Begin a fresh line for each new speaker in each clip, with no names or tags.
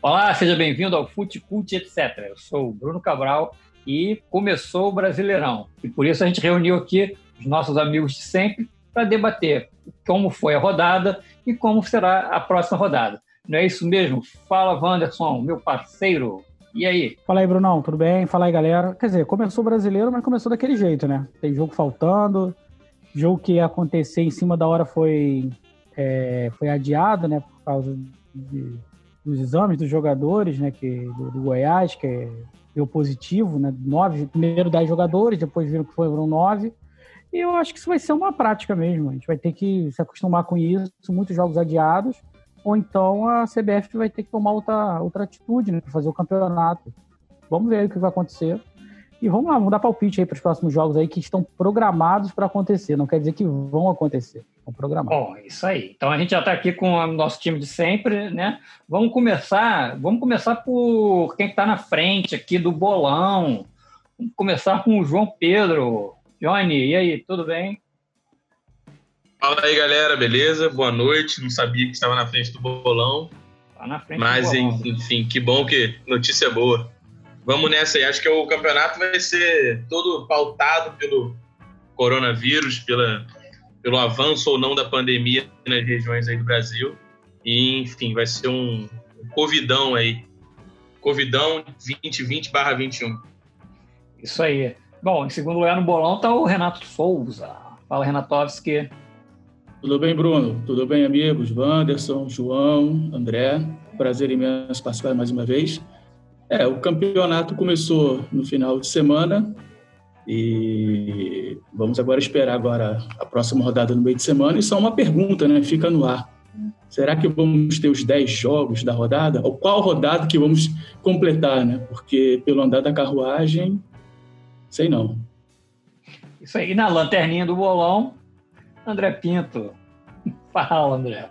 Olá, seja bem-vindo ao Fute Cult, etc. Eu sou o Bruno Cabral e começou o Brasileirão. E por isso a gente reuniu aqui os nossos amigos de sempre para debater como foi a rodada e como será a próxima rodada. Não é isso mesmo? Fala, Wanderson, meu parceiro. E aí?
Fala aí, Brunão, tudo bem? Fala aí, galera. Quer dizer, começou o brasileiro, mas começou daquele jeito, né? Tem jogo faltando, jogo que ia acontecer em cima da hora foi, é, foi adiado, né? Por causa de, dos exames dos jogadores, né? Que, do, do Goiás, que é, deu positivo, né? Nove, primeiro dez jogadores, depois viram que foram nove. E eu acho que isso vai ser uma prática mesmo. A gente vai ter que se acostumar com isso, muitos jogos adiados, ou então a CBF vai ter que tomar outra, outra atitude né, para fazer o campeonato. Vamos ver o que vai acontecer. E vamos lá, vamos dar palpite aí para os próximos jogos aí que estão programados para acontecer. Não quer dizer que vão acontecer, estão programados.
Bom, isso aí. Então a gente já está aqui com o nosso time de sempre, né? Vamos começar, vamos começar por quem está na frente aqui do bolão. Vamos começar com o João Pedro. Johnny, e aí, tudo bem?
Fala aí, galera, beleza? Boa noite. Não sabia que estava na frente do bolão.
Tá na frente
Mas,
do bolão.
enfim, que bom que notícia é boa. Vamos nessa aí. Acho que o campeonato vai ser todo pautado pelo coronavírus, pela, pelo avanço ou não da pandemia nas regiões aí do Brasil. E, enfim, vai ser um covidão aí. Covidão 2020-21.
Isso aí. Bom, em segundo lugar no bolão está o Renato Souza. Fala, Renatovski.
Tudo bem, Bruno? Tudo bem, amigos? Wanderson, João, André. Prazer imenso participar mais uma vez. É, o campeonato começou no final de semana e vamos agora esperar agora a próxima rodada no meio de semana. E só uma pergunta, né? Fica no ar. Será que vamos ter os 10 jogos da rodada? Ou qual rodada que vamos completar, né? Porque pelo andar da carruagem, sei não.
Isso aí. E na lanterninha do bolão, André Pinto. Fala, André.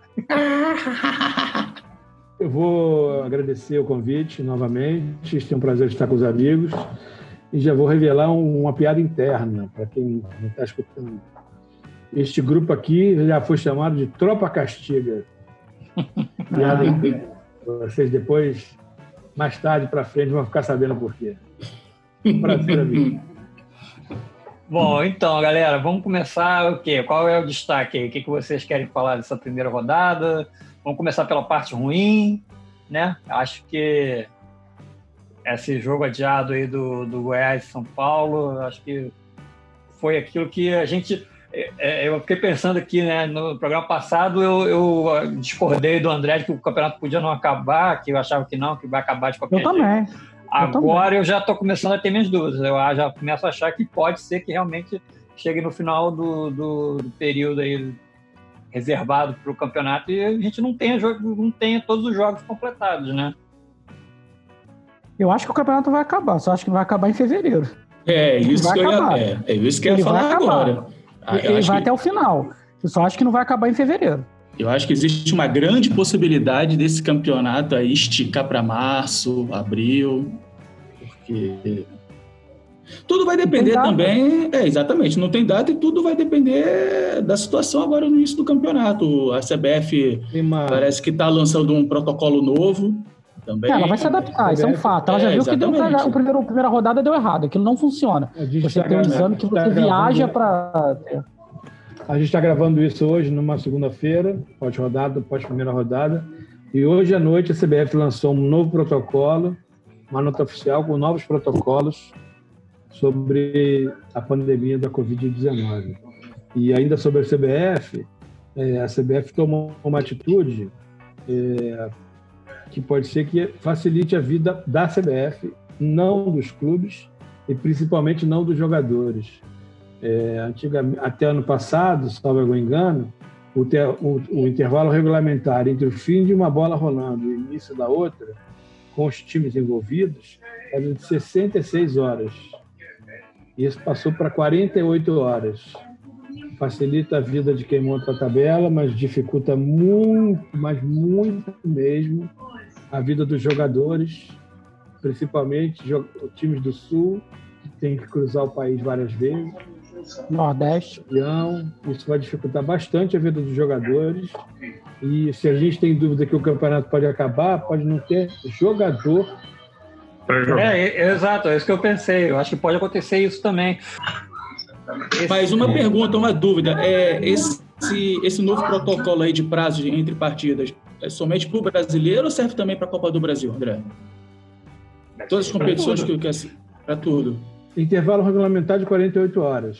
Eu vou agradecer o convite novamente. Tem um prazer estar com os amigos. E já vou revelar um- uma piada interna para quem está escutando. Este grupo aqui já foi chamado de Tropa Castiga. Piada interna. Vocês depois, mais tarde para frente, vão ficar sabendo por quê. Prazer,
Hum.
amigo.
Bom, então, galera, vamos começar o quê? Qual é o destaque aí? O que que vocês querem falar dessa primeira rodada? Vamos começar pela parte ruim, né? Acho que esse jogo adiado aí do, do Goiás e São Paulo, acho que foi aquilo que a gente. é, é, Eu fiquei pensando aqui, né? No programa passado eu, eu, ah, discordei do André de que o campeonato podia não acabar, que eu achava que não, que vai acabar de qualquer
Eu
jeito.
também.
né?
Agora eu já estou começando a ter minhas dúvidas. Eu já começo a achar que pode ser que realmente chegue no final do, do- do período aí reservado para o campeonato e a gente não tenha, jogo, não tenha todos os jogos completados, né?
Eu acho que o campeonato vai acabar, só acho que vai acabar em fevereiro.
É isso
Vai
que eu
acabar.
ia, é, é isso que eu
Ele
ia
vai
falar
acabar.
agora. Ah, eu
Ele
acho
vai
que-
até o final. Eu só acho que não vai acabar em fevereiro.
Eu acho que existe uma grande possibilidade desse campeonato aí esticar para março, abril, porque tudo vai depender
data.
também, é exatamente, não tem data e tudo vai depender da situação agora no início do campeonato. A CBF
Clima-
parece que está lançando um protocolo novo também.
ela vai se adaptar, isso é um fato. Ela já
É,
viu que deu
exatamente.
pra, o primeiro, a primeira rodada deu errado, aquilo não funciona.
A gente
Você
tá
tem um
gra-
exame que
tá
você
gravando-
viaja para
A gente está gravando isso hoje, numa segunda-feira, pós-rodada, pós-primeira rodada. E hoje à noite a CBF lançou um novo protocolo, uma nota oficial com novos protocolos sobre a pandemia da Covid-19. E ainda sobre a CBF, eh, a CBF tomou uma atitude eh, que pode ser que facilite a vida da CBF, não dos clubes e principalmente não dos jogadores antiga, até ano passado, salvo algum engano, o, ter- o- o intervalo regulamentar entre o fim de uma bola rolando e o início da outra, com os times envolvidos, era de 66 horas. Isso passou para 48 horas. Facilita a vida de quem monta a tabela, mas dificulta muito, mas muito mesmo, a vida dos jogadores, principalmente jo- times do Sul, que tem que cruzar o país várias vezes
Nordeste.
campeão. Isso vai dificultar bastante a vida dos jogadores E se a gente tem dúvida que o campeonato pode acabar, pode não ter jogador
Pra jogar.
É, é, é, exato, é isso que eu pensei. Eu acho que pode acontecer isso também. Esse-
Mas uma pergunta, uma dúvida. É, esse, esse novo protocolo aí de prazo de- entre partidas é somente para o brasileiro ou serve também para a Copa do Brasil, André? Todas as competições que, que assim, para tudo.
intervalo regulamentar de 48 horas.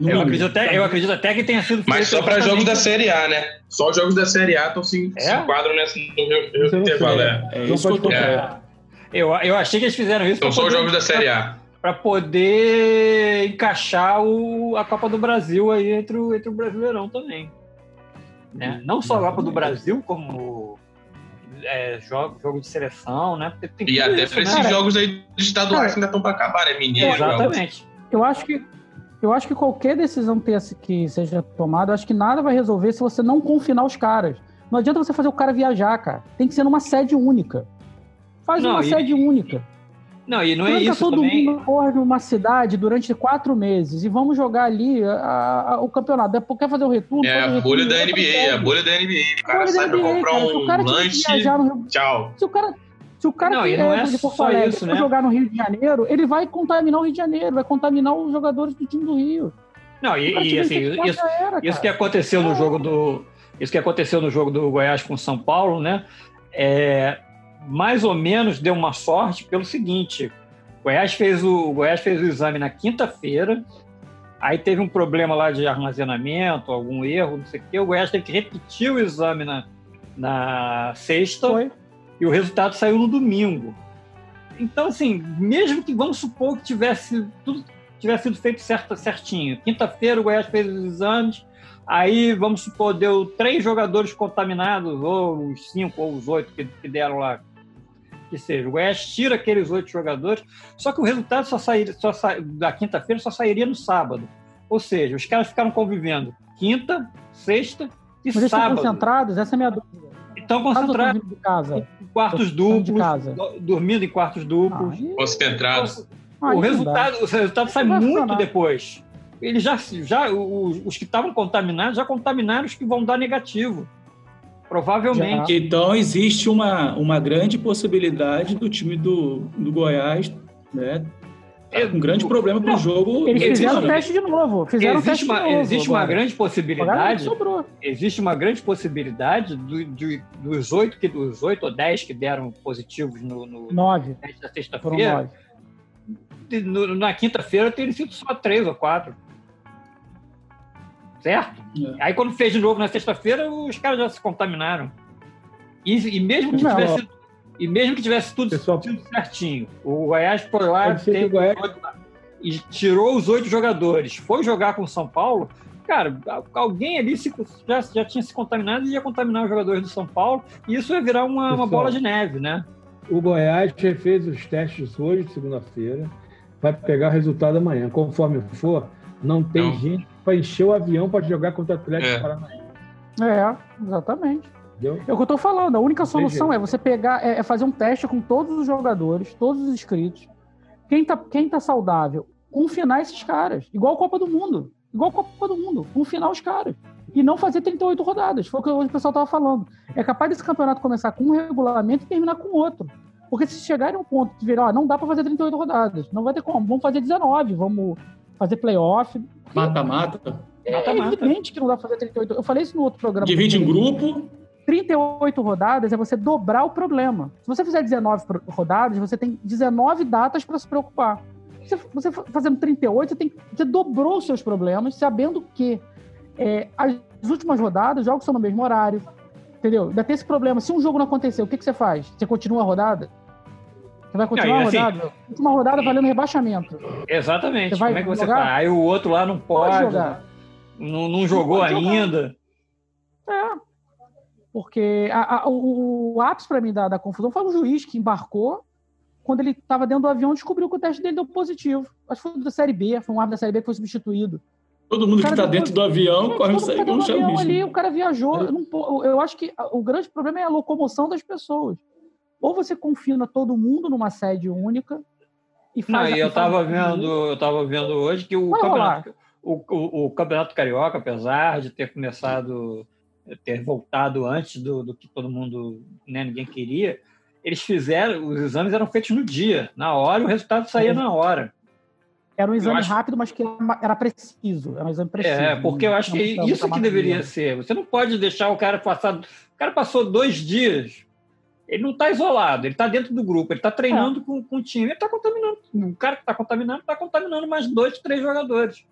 No
Eu
mundo.
acredito, até, eu acredito até que tenha sido.
Mas
feito
só para jogos da
exatamente-
Série A, né? Só os jogos da Série A estão se,
É?
se enquadram nessa, no meu- meu
Isso eu não
intervalo.
sei.
é.
É
Não
isso que eu
Então pode
tô.
É.
Eu, eu achei que eles fizeram isso.
Então
pra
só os
poder-
jogos da Série A.
para poder encaixar o- a Copa do Brasil aí entre o, entre o Brasileirão também. Né?
Uhum.
Não só a Copa do Brasil, como é, jogo, jogo de seleção, né? Porque tem
E
tudo
até
isso,
pra esses
né?
jogos aí estaduais que ainda estão para acabar, né? Mineiro.
Exatamente.
Eu acho que eu acho que qualquer decisão ter- que seja tomada, eu acho que nada vai resolver se você não confinar os caras. Não adianta você fazer o cara viajar, cara. Tem que ser numa sede única. Faz
Não,
uma
e-
sede única.
Não, e não é
Tranca
isso
tá todo
também.
mundo corre numa cidade durante quatro meses e vamos jogar ali a- a- a- o campeonato. Depois quer fazer o retorno.
É, é
faz o
a bolha
retorno,
da
volta pra
NBA, a
sede.
bolha da NBA. O cara
Bolha da
sai pra
NBA,
comprar
cara. Se
um
o cara tiver que
lanche.
viajar no Rio-
Tchau.
se o cara se o cara
Não,
que
e não é
de Porto
só
Alegre
isso,
for
né?
jogar no Rio de Janeiro, ele vai contaminar o Rio de Janeiro, vai contaminar os jogadores do time do Rio.
Não,
O cara
e, e,
tiver
assim,
infectado,
isso,
já era,
isso que
cara.
aconteceu no
É.
jogo do isso que aconteceu no jogo do Goiás com o São Paulo, né? É, mais ou menos deu uma sorte pelo seguinte: o Goiás fez o, o Goiás fez o exame na quinta-feira, aí teve um problema lá de armazenamento, algum erro, não sei o quê. O Goiás teve que repetir o exame na, na sexta
Foi.
e o resultado saiu no domingo. Então, assim, mesmo que vamos supor que tivesse tudo tivesse sido feito certo, certinho. Quinta-feira o Goiás fez os exames, aí vamos supor, deu três jogadores contaminados, ou os cinco, ou os oito que, que deram lá. Que seja, o Goiás tira aqueles oito jogadores, só que o resultado só sairia, só sa- da quinta-feira só sairia no sábado. Ou seja, os caras ficaram convivendo quinta, sexta e
Mas eles estão
sábado. Tá
concentrados, essa é a minha dúvida.
Estão
Caso eu tô
concentrados
vindo de casa.
em quartos
Saindo de
duplos,
casa. Ah,
do- dormindo em quartos duplos. Então,
Aí-
Concentrados.
Ah, aí
o,
não dá. é
resultado, o resultado sai
Não vai
muito
funcionar.
depois. Eles já, já os, os que estavam contaminados já contaminaram os que vão dar negativo. Provavelmente.
Então existe uma, uma grande possibilidade do time do, do Goiás, né? tá com um grande problema para
Não,
o jogo.
Eles
desse
fizeram
ano.
o teste de novo. Fizeram o
Existe
teste de
uma,
novo.
existe uma
agora.
grande
Agora
possibilidade,
sobrou.
existe uma grande possibilidade do- de- dos oito que dos oito ou dez que deram positivos no, no
Nove.
teste da
Foram
sexta-feira,
nove.
de- no- na quinta-feira terem sido só três ou quatro, certo?
É.
Aí quando fez de novo na sexta-feira, os caras já se contaminaram. E, e mesmo que
Não.
tivesse e mesmo que tivesse tudo,
Pessoal-
tudo certinho, o Goiás foi lá
Pode ser que
teve
o Goiás-
oito lá, e tirou os oito jogadores, foi jogar com o São Paulo. Cara, al- alguém ali se- já, já tinha se contaminado e ia contaminar os jogadores do São Paulo, e isso ia virar uma, uma
Pessoal.
bola de neve, né?
O Goiás já fez os testes hoje, segunda-feira. Vai pegar o resultado amanhã. Conforme for, não tem
Não.
gente para encher o avião para jogar contra o Atlético
É.
Paranaense.
É, exatamente.
Entendeu?
É o que eu tô falando. A única solução é você pegar, é, é fazer um teste com todos os jogadores, todos os inscritos. Quem tá, quem tá saudável, confinar esses caras. Igual a Copa do Mundo. Igual a Copa do Mundo. Confinar os caras. E não fazer 38 rodadas. Foi o que o pessoal tava falando. É capaz desse campeonato começar com um regulamento e terminar com outro. Porque se chegarem a um ponto de virar, ó, não dá pra fazer 38 rodadas. Não vai ter como. Vamos fazer 19, vamos fazer playoff.
Mata-mata.
É
Mata-mata.
evidente que não dá pra fazer 38. Eu falei isso no outro programa.
Divide em grupo.
38 rodadas é você dobrar o problema. Se você fizer 19 pro- rodadas, você tem 19 datas para se preocupar. Você, você fa- fazendo 38, você, tem, você dobrou os seus problemas, sabendo que é, as últimas rodadas, os jogos são no mesmo horário. Entendeu? Ainda tem esse problema. Se um jogo não acontecer, o que, que você faz? Você continua a rodada? Você vai continuar
Não, e assim-
a rodada? Última rodada valendo rebaixamento.
Exatamente.
Você vai
Como é que você
jogar?
faz? Aí o outro lá não pode,
Pode jogar.
Não, não jogou
pode jogar.
ainda.
Porque a- a- o, o ápice para mim da, da confusão foi o juiz que embarcou. Quando ele estava dentro do avião, descobriu que o teste dele deu positivo. Acho que foi da Série B, foi um árbitro da Série B que foi substituído.
Todo mundo que
Cara,
está
depois-
dentro do avião corre
Todo
um
mundo
sair
tá
com
no avião
o
ali,
bicho.
o cara viajou. Eu, não po- eu acho que a- o grande problema é a locomoção das pessoas. Ou você confina todo mundo numa sede única e
Não,
faz...
e
e
eu
faz- né?
tava vendo, eu tava vendo hoje que o
Vai
campeonato, o, o- o campeonato carioca, apesar de ter começado ter voltado antes do, do que todo mundo, né, ninguém queria, eles fizeram, os exames eram feitos no dia, na hora, o resultado
Uhum.
saía na hora.
Era um exame
acho-
rápido, mas que era preciso. Era um exame preciso. Então,
É, porque eu acho
Não
que
precisava
isso
tomar
que deveria
medida.
ser. Você não pode deixar o cara passar. O cara passou dois dias, ele não está isolado, ele está dentro do grupo, ele está treinando
É.
com, com o time, ele está contaminando. O cara que está contaminando está contaminando mais dois, três jogadores.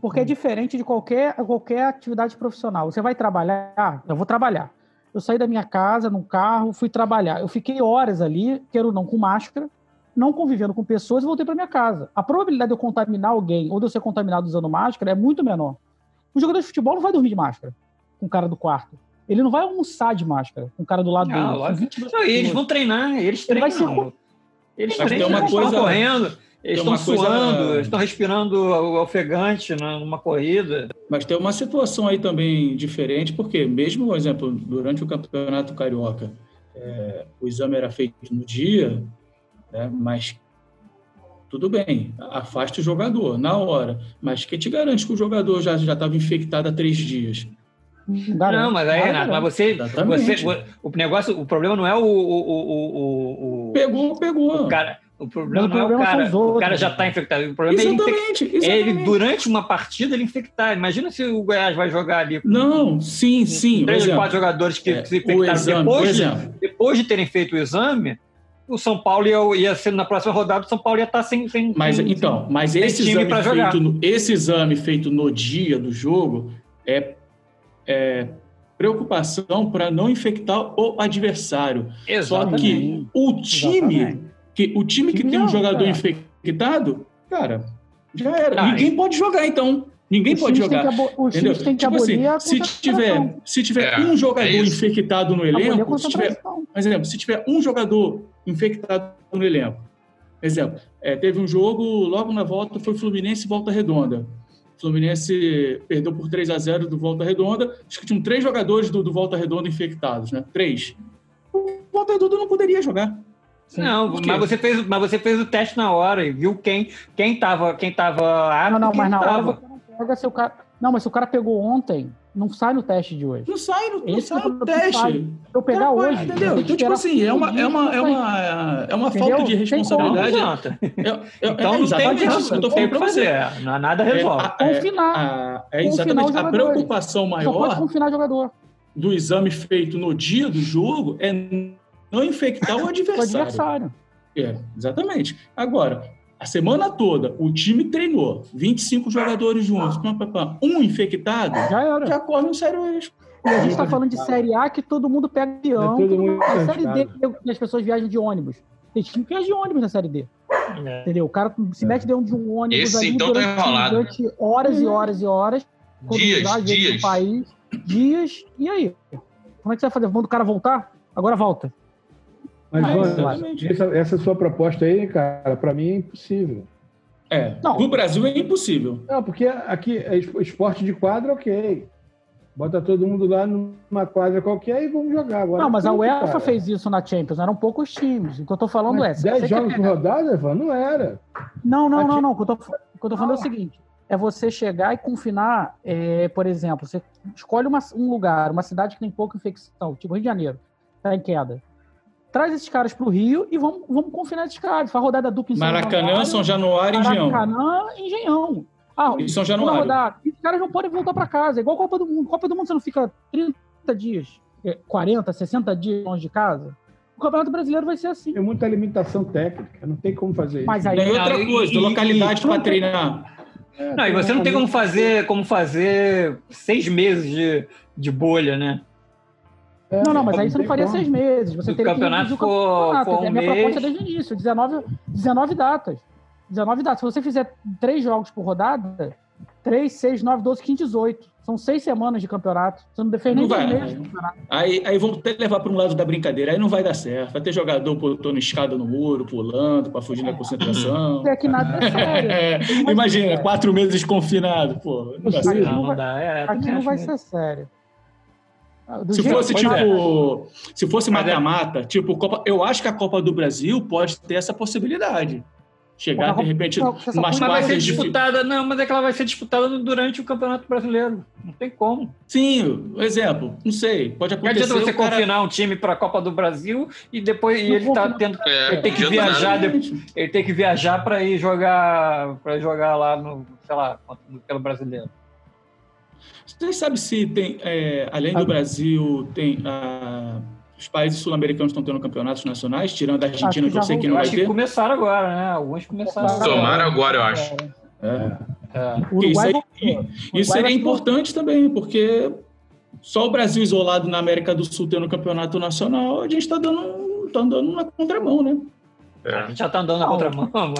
Porque é diferente de qualquer, qualquer atividade profissional. Você vai trabalhar, eu vou trabalhar. Eu saí da minha casa, num carro, fui trabalhar. Eu fiquei horas ali, quero ou não, com máscara, não convivendo com pessoas e voltei para minha casa. A probabilidade de eu contaminar alguém ou de eu ser contaminado usando máscara é muito menor. O jogador de futebol não vai dormir de máscara com o cara do quarto. Ele não vai almoçar de máscara com o cara do lado
Ah,
dele.
lógico.
São 22
Não, e eles
pessoas.
vão treinar, eles
Ele vai
treinam. Eles
Mas tem
treinam,
uma
eles estão
coisa-
correndo, eles
tem uma
estão
coisa-
suando, eles estão respirando ofegante numa corrida.
Mas tem uma situação aí também diferente, porque mesmo, por exemplo, durante o Campeonato Carioca, é, o exame era feito no dia, né, mas tudo bem, afasta o jogador na hora. Mas que te garante que o jogador já já estava infectado há três dias?
Não, dá,
Não, mas aí,
Dá,
Renato,
não.
mas você, você.
Exatamente.
O o negócio, o problema não é o- o- o- o- o, o
Pegou, pegou.
O cara, o problema
Mas o
não é o
problema são
cara.
os
O
outros.
cara já
né?
está infectado. O problema é ele, infec-
Exatamente,
é ele,
exatamente.
durante uma partida, ele infectar. Imagina se o Goiás vai jogar ali com
Não, sim, sim.
três ou
exemplo.
quatro jogadores que
É,
se
o
infectaram
exame, por
depois, né? de,
exemplo.
depois de terem feito o exame. O São Paulo ia, ia ser na próxima rodada, o São Paulo ia estar sem, sem.
Mas
sem-
então, mas esse
time
exame,
pra jogar.
feito no, esse exame feito no dia do jogo é, é preocupação para não infectar o adversário. Só
Exatamente.
que o time
Exatamente.
que o time que tem um
Não,
jogador
cara.
infectado, cara, já era.
Tá,
Ninguém pode jogar então. Ninguém
Os
pode
times têm
jogar.
que abo- Os
Entendeu?
times têm que
Tipo assim,
abolir a
se tiver,
concentração.
se tiver
É,
um jogador
é isso.
infectado no
Abolir a
elenco, se tiver
concentração.
por exemplo, se tiver um jogador infectado no elenco, exemplo, é, teve um jogo logo na volta, foi Fluminense e Volta Redonda. Fluminense perdeu por 3 a 0 do Volta Redonda. Acho que tinham três jogadores do, do Volta Redonda infectados, né? Três. O Volta Redonda não poderia jogar.
Não,
Por quê?
mas você, fez, mas você fez o teste na hora e viu quem quem tava, quem tava apto,
Não, Ah, não,
quem
mas na hora
tava.
você não pega se o cara. Não, mas se o cara pegou ontem, não sai no teste de hoje.
Não sai, não, não
Esse
sai
é o
o teste.
problema. Se eu pegar
Cara,
hoje. eu
entendeu?
tenho que
Então, tipo
esperar
assim, é uma,
cinco
é uma,
dias
é
pra
uma, é uma
Entendeu?
falta de
Tem
Não
responsabilidade.
adianta.
É- é-
Então
é
não tem
exatamente
jeito,
isso que eu
não
tô
tem o que
falando pra você.
fazer. Não- Nada resolve.
É, é,
Confinar.
a-
Confinar
é
os
exatamente. A
jogadores.
preocupação
Só pode
É, maior
confinar jogador.
do exame feito no dia do jogo é não infectar o
O
adversário.
adversário.
É, exatamente. Agora, a semana toda, o time treinou, 25 jogadores juntos, pam, pam, pam. um infectado
Já era.
já corre um sério risco.
E a gente tá falando de Série A que todo mundo pega avião.
É todo
todo
mundo
mundo- a Série D
arriscado.
que as pessoas viajam de ônibus. Tem time que viaja de ônibus na Série D.
É.
Entendeu? O cara se mete dentro de um ônibus
Esse,
ali
então, tá
durante,
enrolado.
durante horas e horas e horas. quando
Dias,
dá, às vezes,
dias.
no país, dias. E aí? Como é que você vai fazer? Manda o cara voltar? Agora volta.
Mas,
Ah,
Wanda,
exatamente.
essa, essa sua proposta aí, cara, para mim é impossível.
É,
Não.
no Brasil é impossível.
Não, porque aqui é es- esporte de quadra, ok. Bota todo mundo lá numa quadra qualquer e vamos jogar agora.
Não, mas a
tudo,
UEFA
cara.
fez isso na Champions, eram poucos times. O que eu tô falando é.
Mas
se você
10
quer
jogos por rodada, Ivan? Não era.
Não, não,
Aqui-
não, não. O que eu tô, o que eu tô falando é o seguinte: é você chegar e confinar, é, por exemplo, você escolhe uma- um lugar, uma cidade que tem pouca infecção, tipo Rio de Janeiro, tá em queda. Traz esses caras pro Rio e vamos, vamos confinar esses caras. Faz rodada dupla em São
Maracanã,
Januário,
São Januário e Engenhão.
é Maracanã, Engenhão. Ah,
E São
uma
Januário.
rodada. E os caras não podem voltar pra casa. É igual a Copa do Mundo. Copa do Mundo você não fica 30 dias, é, 40, 60 dias longe de casa. O Campeonato Brasileiro vai ser assim.
Tem muita limitação técnica, não tem como fazer
Mas aí
Tem
Não,
outra
e-
coisa,
e-
localidade
e-
para treinar.
isso. É,
Não, e você não tem como fazer, como fazer seis meses de, de bolha, né?
É,
Não, não, mas aí você não
tem
faria
como.
seis meses. Você
Se o
teria
campeonato
que dividir o
for-
campeonato.
for um
a minha proposta
mês-
é desde o início, 19, 19 datas. 19 datas. Se você fizer três jogos por rodada, 3, 6, 9, 12, 15, 18. São seis semanas de campeonato. Você não defende nem
Não vai.
dois meses de campeonato.
Aí, aí vão até levar para um lado da brincadeira, aí não vai dar certo. Vai ter jogador botando escada no muro, pulando para fugir da concentração.
É que nada é sério.
É, imagina, quatro meses confinado, pô. Não dá
Sim.
certo.
Não,
vai-
dá. É,
Aqui
também
não
acho
vai
mesmo.
ser sério. Ah, do
Se
jeito-
fosse
Pois é.
tipo, se fosse
Mas é-
mata-mata, tipo Copa, eu acho que a Copa do Brasil pode ter essa possibilidade Chegar, de repente,
Não, você só
Mas
umas
vai ser
quartas de... fi-
disputada, não, mas é que ela vai ser disputada durante o Campeonato Brasileiro. Não tem como.
Sim, um exemplo, não sei, pode
Não
acontecer.
adianta você
o cara-
confinar um time para a Copa do Brasil e depois e
Não
ele tá
confina.
tendo
É,
Ele tem que
não adianta
viajar
nada.
depois. ele tem que viajar para ir jogar para jogar lá no, sei lá, pelo brasileiro.
Você sabe se tem, é, além
Ah.
do Brasil, tem ah, os países sul-americanos estão tendo campeonatos nacionais, tirando a Argentina,
Ah, que
que eu
já
sei que
vão-
não
Eu
vai
acho que
ter.
começaram agora, né? Alguns começaram.
Tomara
Tomaram agora, eu acho.
É.
É.
O Uruguai
Isso
vai-
aí-
o Uruguai
Isso seria
vai-
importante também, porque só o Brasil isolado na América do Sul tendo campeonato nacional, a gente está dando, tá andando na contramão, né?
A gente já tá andando na
Não.
contramão. mano.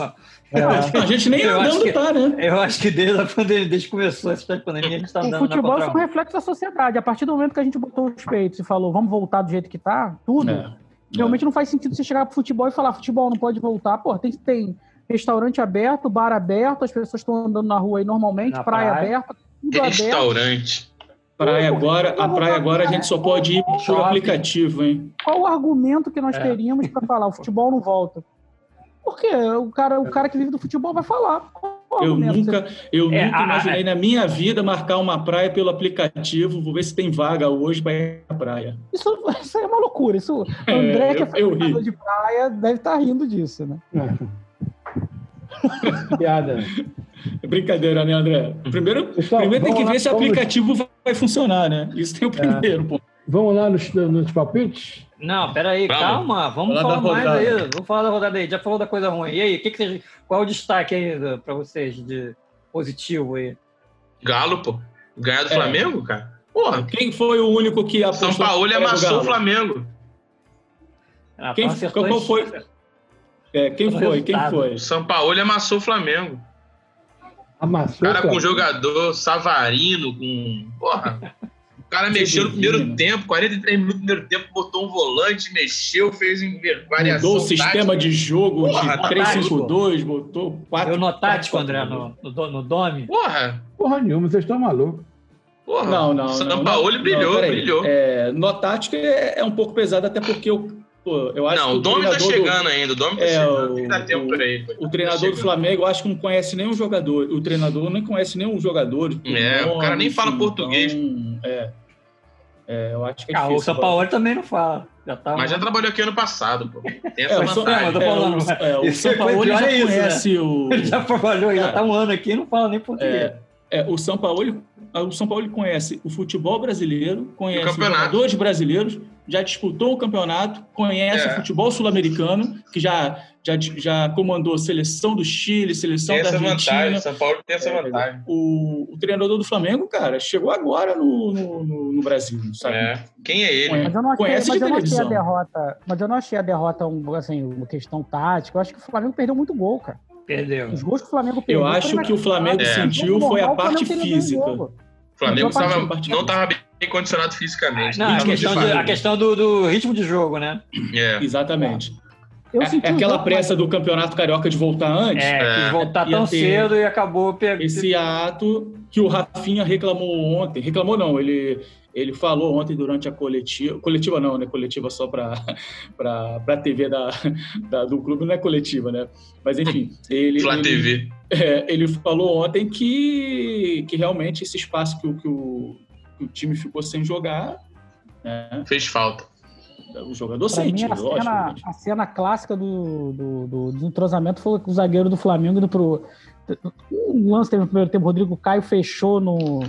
É.
A gente nem
Eu acho
andando
que-
tá, né?
Eu acho que desde a pandemia, desde que começou essa pandemia, a gente tá
O
andando na
futebol é um
contramão.
reflexo da sociedade. A partir do momento que a gente botou os peitos e falou, vamos voltar do jeito que tá, tudo,
É.
realmente não faz sentido você chegar pro futebol e falar, futebol não pode voltar. Pô, tem, tem restaurante aberto, bar aberto, as pessoas estão andando na rua aí normalmente,
Na
praia,
praia.
aberta, tudo aberto.
Restaurante.
Praia agora, a praia agora a gente só pode ir por
Shopping.
aplicativo, hein?
Qual o argumento que nós
É.
teríamos pra falar, o futebol não volta? Porque o cara, o cara que vive do futebol vai falar. Qual o
Eu
argumento?
nunca, eu
É,
nunca
a-
imaginei na minha vida marcar uma praia pelo aplicativo. Vou ver se tem vaga hoje para ir à praia.
Isso, isso é uma loucura. Isso, o André,
É,
que é
eu- eu ri.
frequentador de praia, deve estar rindo disso, né?
Piada.
É brincadeira, né, André? Primeiro,
Pessoal,
primeiro tem
vamos
que
lá,
ver se o
vamos-
aplicativo vai funcionar, né? Isso
É.
tem o primeiro ponto.
Vamos lá nos, nos palpites?
Não, peraí,
Vamos.
calma, vamos
Falar
falar
da
mais
rodada.
aí. Vamos falar da rodada aí. Já falou da coisa ruim. E aí, o que que vocês, qual é o destaque aí para vocês de positivo aí?
Galo, pô. Ganhar do
É. Tá
Flamengo, cara. Porra,
Quem foi o único que apostou?
São Paulo
na vitória do
amassou o
Galo?
Flamengo.
Renato,
Quem-
acertou
qual
em-
foi? É, quem
Pelo
foi? Quem
resultado.
foi?
O São Paulo amassou o Flamengo.
Amassou.
cara com jogador Savarino, com. Porra! O cara mexeu no primeiro
Severino.
tempo, 43 minutos no primeiro tempo, botou um volante, mexeu, fez em ver- variação.
Mudou o sistema de jogo
Porra,
de
tá
3-5-2, botou 4.
Deu no tático, André, no, no, do- no Dome.
Porra!
Porra nenhuma, vocês estão malucos.
Porra!
Não, não.
São
não,
Paulo
não,
brilhou,
peraí.
brilhou.
É, no tático é, é um pouco pesado, até porque eu, pô, eu acho
não,
que.
o Domi tá
treinador do-
chegando Tá ainda, o Domi tá
É,
chegando,
o-
tem que dar tempo pra ele.
O treinador do Flamengo, eu acho que não conhece nenhum jogador. O treinador nem conhece nenhum jogador. por
É, o cara nem fala
enfim,
português.
então, é. É, eu acho que é
Ah,
difícil.
o São Paulo também não fala. Já tá
Mas já trabalhou aqui ano passado, pô. Tem
É,
essa
o São,
vantagem.
eu tô
é,
falando,
o, é, o
isso é
São Paulo
pior,
já
é isso, né?
conhece o.
Ele já trabalhou, já
É.
tá um ano aqui e não fala nem português.
É, é, o São Paulo, ah, o São Paulo conhece o futebol brasileiro,
E
conhece
o
os
campeonato.
jogadores brasileiros, já disputou o campeonato, conhece
É.
o futebol sul-americano, que já, já, já comandou seleção do Chile, seleção
Tem
da
essa vantagem,
Argentina.
São Paulo tem essa
É,
vantagem.
O, o treinador do Flamengo, cara, chegou agora no, no, no- no Brasil, sabe?
É. Quem é ele?
Mas eu não achei,
Conhece
mas
de
eu não achei a
televisão.
derrota. Mas eu não achei a derrota um, assim, uma questão tática. Eu acho que o Flamengo perdeu muito gol, cara.
Perdeu.
Os gols que o Flamengo perdeu.
Eu acho
foram
que o Flamengo
É.
sentiu foi a
Normal, o Flamengo
parte
tem nenhum
física.
jogo.
O Flamengo
Mas eu
tava-
parti-
não tava bem condicionado fisicamente.
Não, a
Tava
questão, de-
de
a questão do, do ritmo de jogo, né?
fato. É.
Exatamente.
Eu
É-
senti
é
o
aquela
jogo,
pressa
mas-
do Campeonato Carioca de voltar antes.
É,
É.
quis voltar tão
Ia ter-
cedo e acabou pegando.
assim, esse ato que o Rafinha reclamou ontem. Reclamou não, ele, ele falou ontem durante a coletiva. Coletiva não, né? Coletiva só para a TV da, da- do clube, não é coletiva, né? Mas enfim, ele,
Flá
ele,
TV.
é, ele falou ontem que, que realmente esse espaço que, o- que, o, que o time ficou sem jogar, né?
Fez falta.
O jogador
Pra mim,
sente,
a
lógico. né.
cena,
gente.
a cena clássica do, do, do desentrosamento foi com o zagueiro do Flamengo indo pro. Um lance teve no primeiro tempo, o Rodrigo Caio fechou no.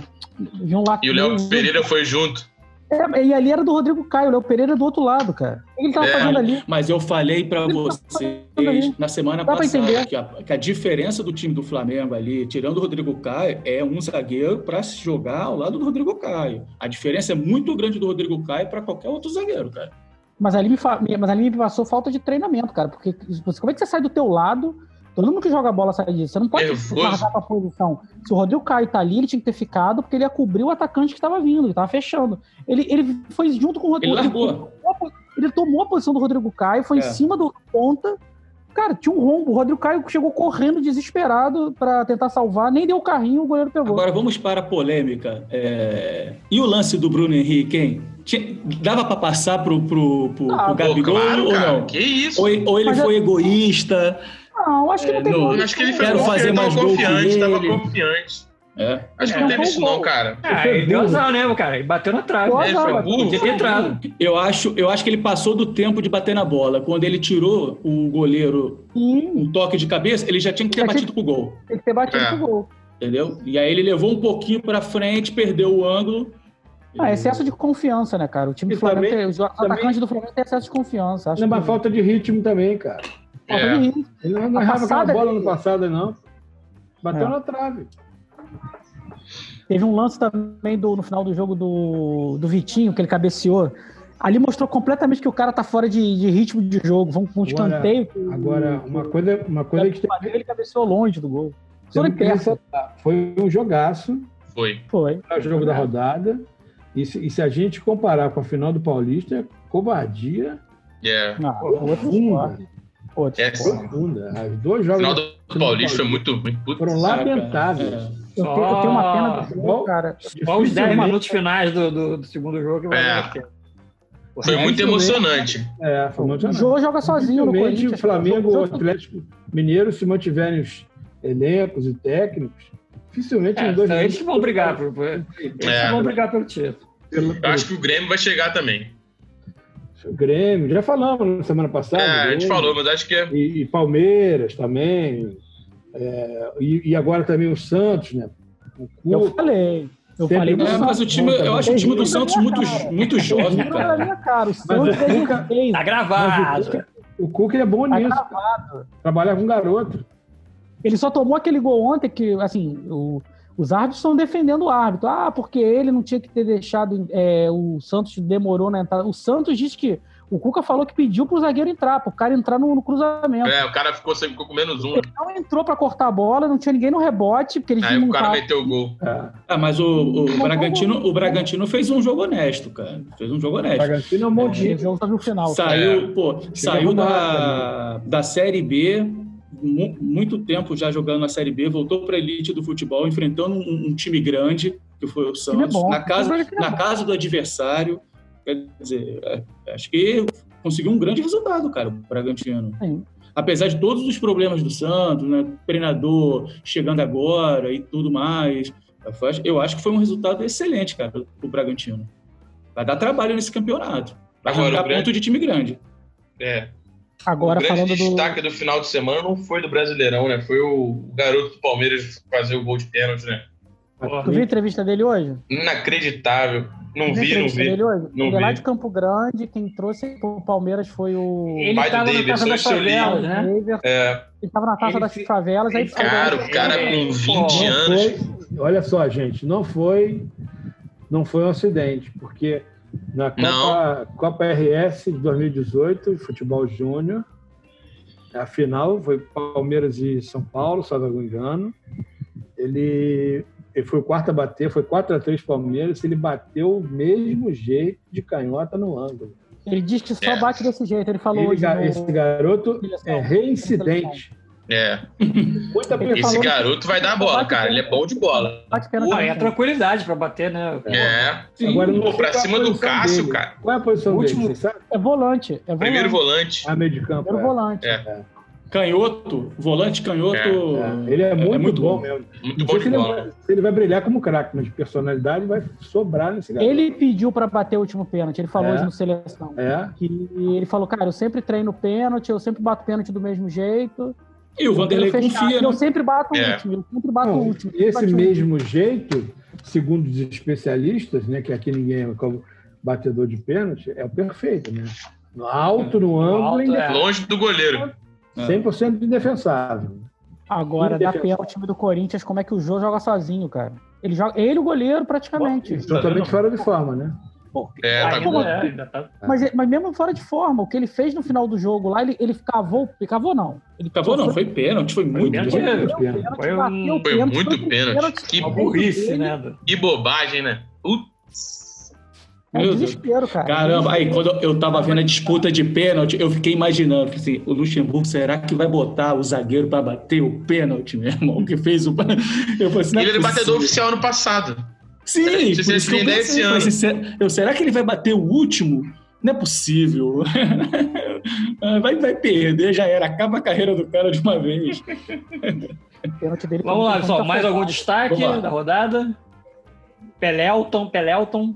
de um lado-
E o Léo Pereira foi junto.
É, e ali era do Rodrigo Caio, o Léo Pereira é do outro lado, cara. O que ele tava
É.
fazendo ali?
Mas eu falei para
Ele tá
vocês
falando.
na semana
Dá pra
passada
entender.
que a, que a diferença do time do Flamengo ali, tirando o Rodrigo Caio, é um zagueiro para se jogar ao lado do Rodrigo Caio. A diferença é muito grande do Rodrigo Caio para qualquer outro zagueiro, cara.
Mas ali, me fa- me- mas ali me passou falta de treinamento, cara. Porque você- como é que você sai do teu lado? Todo mundo que joga bola sai disso. Você não pode
Nervoso.
largar pra posição. Se o Rodrigo Caio tá ali, ele tinha que ter ficado, porque ele ia cobrir o atacante que tava vindo, ele tava fechando. Ele, ele foi junto com o
Ele
Rodrigo
largou.
tomou a po- Ele tomou a posição do Rodrigo Caio, foi
É.
em cima do ponta. Cara, tinha um rombo. O Rodrigo Caio chegou correndo desesperado pra tentar salvar, nem deu o carrinho, o goleiro pegou.
Agora vamos para a polêmica. É, E o lance do Bruno Henrique, hein? Tinha- Dava para passar pro, pro, pro,
Ah,
pro
pô,
Pô,
Gabigol
claro,
ou
cara.
não?
Que isso?
Ou, ou ele
Mas eu-
foi egoísta,
Não, acho que
É,
não tem
não,
como.
Acho que ele
Quero
ficou
fazer
ele tava
mais gol que
confiante, tava
ele.
confiante.
É.
Acho que
É,
não
um
teve
bom
isso, não,
gol.
cara.
Ah, ele deu azar, né, cara? Ele bateu na trave.
Deu
né?
Ele
azar,
foi
mas-
burro.
Podia ter entrado.
Eu acho, eu acho que ele passou do tempo de bater na bola. Quando ele tirou o goleiro
Sim,
um toque de cabeça, ele já tinha que ter
Já tinha-
batido pro gol,
tem que ter batido
É.
pro gol.
entendeu? E aí ele levou um pouquinho pra frente, perdeu o ângulo.
Ah, excesso de confiança, né, cara? O time
E
do Flamengo,
também-
os
também-
atacantes do Flamengo têm excesso de confiança. Acho
Não, mas
que-
falta de ritmo também, cara.
falta
É.
de ritmo.
Ele não, não
A
errava aquela
passada
bola
dele-
no passado, não. Bateu
É.
na trave.
Teve um lance também do- no final do jogo do, do Vitinho, que ele cabeceou. Ali mostrou completamente que o cara tá fora de, de ritmo de jogo. Vamos com um
Agora-
escanteio.
Agora, uma coisa, uma coisa que tem-
Ele cabeceou longe do gol. Só
temos que
perto.
ressaltar. foi um jogaço,
Foi.
Foi.
é o jogo da rodada. E se, e se a gente comparar com a final do Paulista, é covardia
Yeah.
Não, outro
profunda.
esporte. Outro
É,
esporte.
profunda. As dois
O
jogos
final do Paulista foi muito ruim. Putz.
foram lamentáveis.
É.
Eu, tenho, eu tenho uma pena do
Só-
jogo, cara.
Só os 10
Dificilmente-
minutos finais do, do- do segundo jogo que vai
É.
dar tempo.
Foi muito
né?
emocionante.
É, foi muito
O Jô joga sozinho Um no
Dificilmente
Corinthians.
o Flamengo,
O
o
Jô-
Atlético Mineiro, se mantiverem os elencos e técnicos, dificilmente
É,
os dois.
são eles que vão brigar, por, por- eles que
É.
vão brigar pelo título.
Pelo-
Eu acho que o Grêmio vai chegar também.
O Grêmio, já falamos na semana passada.
É, a gente
Grêmio,
falou, mas acho que é.
E, e Palmeiras também. é, e, e agora também o Santos, né? O
Eu
Cuca.
falei. Eu
Sempre um
falei do
É,
bom.
Santos.
mas o time,
né?
eu acho o time do Santos muito, muito jovem,
Juro pela
cara.
minha cara. O Santos é
um
de seis.
Tá gravado.
O Cuca ele é bom
Tá
nisso. Trabalhar com garoto.
Ele só tomou aquele gol ontem que, assim, o- os árbitros estão defendendo o árbitro. Ah, porque ele não tinha que ter deixado. é, o Santos demorou na entrada. O Santos disse que. O Cuca falou que pediu pro zagueiro entrar, pro cara entrar no, no cruzamento.
É, o cara ficou, ficou com menos um.
Ele não entrou pra cortar a bola, não tinha ninguém no rebote, porque eles
Aí o cara
desmontaram.
meteu o gol.
É.
Ah, mas o, o Bragantino, o Bragantino fez um jogo honesto, cara. Fez um jogo
O
honesto.
Bragantino é um bom
Ele
time.
jogou só tá no final.
Saiu,
É.
pô, saiu
arrumado
da, da Série B, mu- muito tempo já jogando na Série B, voltou para a elite do futebol, enfrentando um, um time grande, que foi o
time é
Santos,
bom.
na, casa,
O time é
na casa do adversário. Quer dizer, é, acho que conseguiu um grande resultado, cara, o Bragantino.
Sim.
Apesar de todos os problemas do Santos, né, treinador chegando agora e tudo mais, eu acho- eu acho que foi um resultado excelente, cara, o Bragantino. Vai dar trabalho nesse campeonato. Vai
Agora,
arrancar
o grande-
ponto de time grande.
É.
Agora
o grande
falando do.
destaque do... final de semana não foi do Brasileirão, né? Foi o garoto do Palmeiras fazer o gol de pênalti, né?
Tu viu a entrevista dele hoje?
Inacreditável. Não
Tu viu a
vi, não
entrevista
vi.
dele hoje?
Não
Ele é lá
vi.
de Campo Grande, quem trouxe pro Palmeiras foi o.
Ele
pai do
tava na
Davidson,
casa das
isso eu li.
favelas, né?
Daverson.
É,
Ele tava na taça
Ele
das
fi-
favelas, aí "É,
ele-
saiu
cara,
da-
o cara com 20
Não
anos.
foi- olha só, gente, não foi, não foi um acidente, porque na Copa, Copa RS de 2018, futebol júnior, a final foi Palmeiras e São Paulo, salvo algum engano. Ele, ele foi o quarto a bater, foi 4 a 3 Palmeiras, ele bateu o mesmo jeito de canhota no ângulo.
Ele diz que só
É.
bate desse jeito. Ele falou
Ele,
hoje. né?"
ga-
né?
no-
esse garoto é reincidente.
É.
Muita
Ele
pessoa-
Esse
falou-
garoto vai dar bola, cara. Ele é bom de bola.
Bate pena
Pô,
também.
é a tranquilidade pra bater, né?
É.
Sim.
Agora, eu não
Pô,
sei
pra
qual é a
cima do
posição
Cássio,
dele.
cara.
Qual é a posição
Último-
dele? Você sabe?
É volante. É volante.
Primeiro volante.
Ah, meio de campo.
Primeiro
é.
volante.
É.
Canhoto, volante canhoto. Hum.
É, Ele é muito, bom, mesmo.
Muito
Não
bom
sei
de
se ele,
bola.
vai, se ele vai brilhar como craque, mas de personalidade vai sobrar nesse garoto.
Ele pediu pra bater o último pênalti. Ele falou
É.
hoje no seleção.
É.
Que ele falou, cara, eu sempre treino pênalti, eu sempre bato pênalti do mesmo jeito.
E o Vanderlei
eu fechado,
confia,
e Eu
né?
sempre bato o
É.
último, eu sempre bato o
Não,
último.
e esse
Bati o
mesmo jeito, segundo os especialistas, né, que aqui ninguém é como batedor de pênalti, é o perfeito, né? No Alto, no ângulo,
Alto,
ainda-
é.
Longe do goleiro.
100% indefensável.
Agora, dá
Indefensável.
pena ao time do Corinthians, como é que o Jô joga sozinho, cara. Ele joga, ele e o goleiro, praticamente.
Então, Totalmente fora de forma, né?
É, tá
ainda,
com.
é, ainda tá-
Mas, mas mesmo fora de forma, o que ele fez no final do jogo lá, ele, ele cavou, cavou não. Ele
Acabou não, foi pênalti, foi muito
pênalti,
bom.
é.
Deu pênalti,
Foi
um-
bateu
Foi
pênalti,
muito
pro
pênalti. Que
Uma
Feito
burrice,
dele,
né?
Que bobagem, né? Putz.
É um
Meu Deus.
desespero, cara.
Caramba, aí quando eu tava vendo a disputa de pênalti, eu fiquei imaginando, falei assim, o Luxemburgo, será que vai botar o zagueiro pra bater o pênalti, meu irmão? Que fez o. Eu falei assim, não é
Ele era batedor né?
possível.
oficial ano passado.
Sim,
Precisa
por isso que eu
estender
pensei,
esse
falei assim, se- eu, será que ele vai bater o último? não é possível. Vai, vai perder, já era. Acaba a carreira do cara de uma vez.
um Pênalti dele
Vamos lá, pessoal.
só
Mais algum destaque
Vamos lá.
da rodada? Pelelton, Pelelton.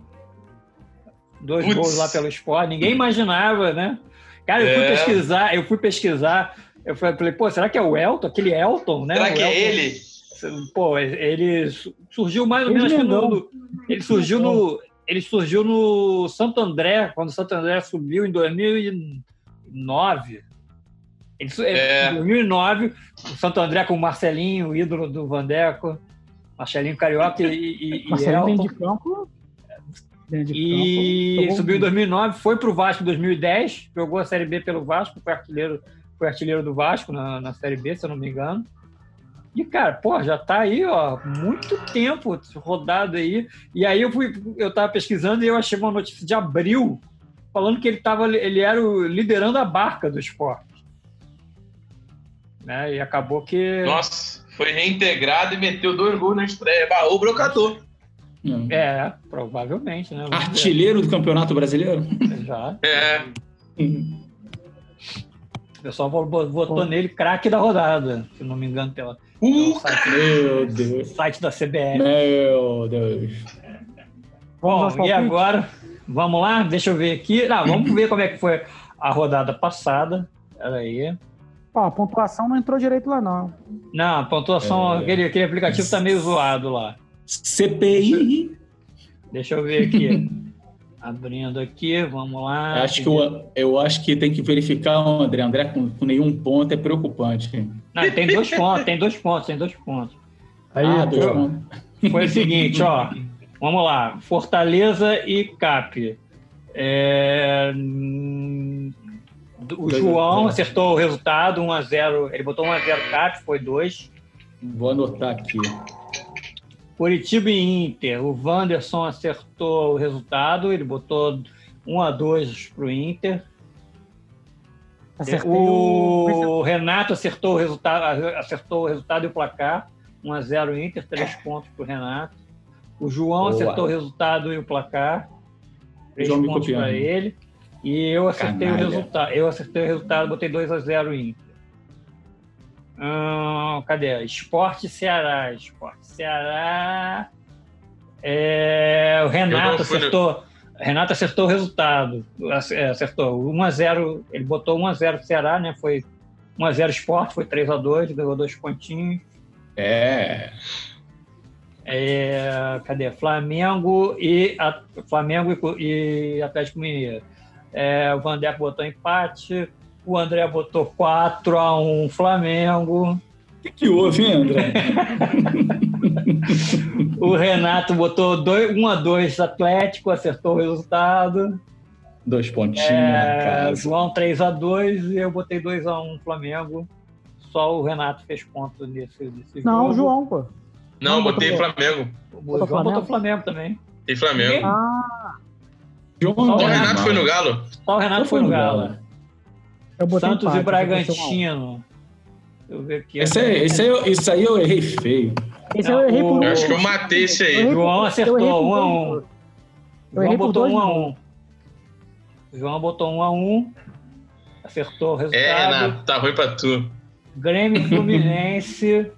Dois
Putz.
gols lá pelo Sport. Ninguém imaginava, né? Cara, eu fui
É.
pesquisar, eu fui pesquisar. Eu falei, pô, será que é o Elton? Aquele Elton, né?
Será
O
que é
Elton-
ele?
Pô, ele su- surgiu mais ou
Ele
menos que no,
emendou.
no- ele surgiu no ele surgiu no Santo André, quando o Santo André subiu em 2009. Ele, su-
É.
Em 2009, o Santo André com o Marcelinho, o ídolo do Vandeco, Marcelinho Carioca e, e, e
Marcelinho
Elton.
dentro de campo. Dentro de campo. um
E
jogou
subiu em
muito.
2009, foi para o Vasco em 2010, jogou a Série B pelo Vasco, foi artilheiro, foi artilheiro do Vasco na, na Série B, se eu não me engano. E, cara, pô, já tá aí, ó, muito tempo rodado aí. E aí eu fui, eu tava pesquisando e eu achei uma notícia de abril falando que ele tava, ele era o liderando a barca do esporte. Né? E acabou que.
Nossa, foi reintegrado e meteu dois gols na estreia. Barrou o brocador.
Não.
É, provavelmente, né? Vamos ver.
Artilheiro do Campeonato Brasileiro?
Já.
É,
O pessoal bo- botou nele craque da rodada, se não me engano, pela, pelo
Uh,
Então, site,
Meu Deus.
site da CBF.
Meu Deus.
Vamos
Bom,
aos
e
palpites?
agora? Vamos lá? Deixa eu ver aqui. Ah, vamos ver como é que foi a rodada passada. Pera aí.
Ó, a pontuação não entrou direito lá, não.
Não, a pontuação,
É.
aquele, aquele aplicativo tá meio zoado lá.
CPI.
Deixa eu ver aqui. Abrindo aqui, vamos lá.
Acho que eu, eu acho que tem que verificar o André. André com, com nenhum ponto é preocupante.
Não, tem dois pontos, tem dois pontos, tem dois pontos.
Aí,
ah,
pô,
dois pontos.
Foi o seguinte, ó. Vamos lá. Fortaleza e Cap. É, hum, O
Dois a
João
zero.
acertou o resultado, 1x0. Ele botou 1x0 Cap, foi 2.
Vou anotar aqui.
Curitiba e Inter. O Wanderson acertou o resultado, ele botou 1x2 pro Inter.
Acertei o...
O Renato acertou o resultado, acertou o resultado e o placar. 1x0 Inter, 3 pontos pro Renato. O João
Boa.
acertou o resultado e o placar. 3
João me
pontos
copiando.
para ele. E eu acertei
Canalha.
o resultado. Eu acertei o resultado, botei 2x0 Inter. Hum, cadê? Esporte Ceará. Esporte Ceará. É, o
Eu
Renato
não fui no-
acertou. Renato acertou o resultado. Ac- é, Acertou. 1x0. Ele botou 1x0 Ceará, né? Foi 1x0 Esporte, foi 3x2, ganhou dois pontinhos.
É.
É, cadê? Flamengo e a- Flamengo e Co- e, Atlético Mineiro. É, o Vandeco botou empate. O André botou 4 a 1 Flamengo.
O que, que houve, hein, André?
O Renato botou 1 a 2 Atlético, acertou o resultado.
Dois pontinhos na
É,
casa.
João 3x2 e eu botei 2x1 Flamengo. Só o Renato fez ponto nesse, nesse
Não,
jogo.
o João, pô.
não,
Não,
botei
botou-
Flamengo.
O
Botou
João botou Flamengo
Flamengo?
também.
Tem Flamengo.
Ah,
João Então
Só
Só o
é
Renato foi no Galo.
Só o Renato foi no Galo.
eu botei
Santos e
empate, eu botei um a um.
Bragantino. Deixa eu ver aqui.
Esse aí, esse aí eu- isso aí eu errei feio.
Esse eu errei
Não,
por
o-
Eu
um.
acho que é eu matei esse aí.
errei por-
João acertou,
eu errei por
um a
dois
um. O
gols.
João
errei por
botou
dois
1x1. O João botou 1x1. Acertou o resultado.
É, Renato, tá ruim pra tu.
Grêmio e Fluminense.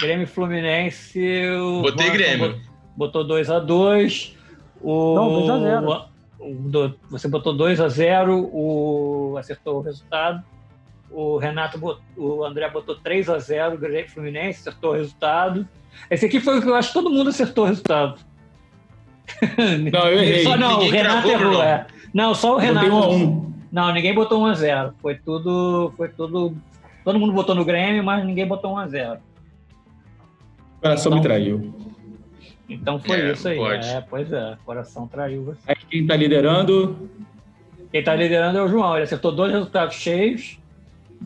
Grêmio e Fluminense. o
Botei
Wanderson
Grêmio.
botou 2x2. O...
Não, 2 a 0.
o do- Você botou 2x0, o... acertou o resultado. O Renato, bot- o André botou 3x0, o Grêmio Fluminense acertou o resultado. Esse aqui foi o que eu acho que todo mundo acertou o resultado.
Não, eu errei.
só não, o
ninguém
Renato
cravou,
errou,
Bruno.
é. Não, só o Renato.
Botei um a um.
Não, ninguém botou 1x0. Foi tudo. Foi tudo. Todo mundo botou no Grêmio, mas ninguém botou 1x0.
O coração me
Então-
traiu.
Então foi
É,
isso aí.
pode.
É, pois é, o coração traiu você.
Aí quem tá liderando,
Quem tá liderando é o João. Ele acertou dois resultados cheios,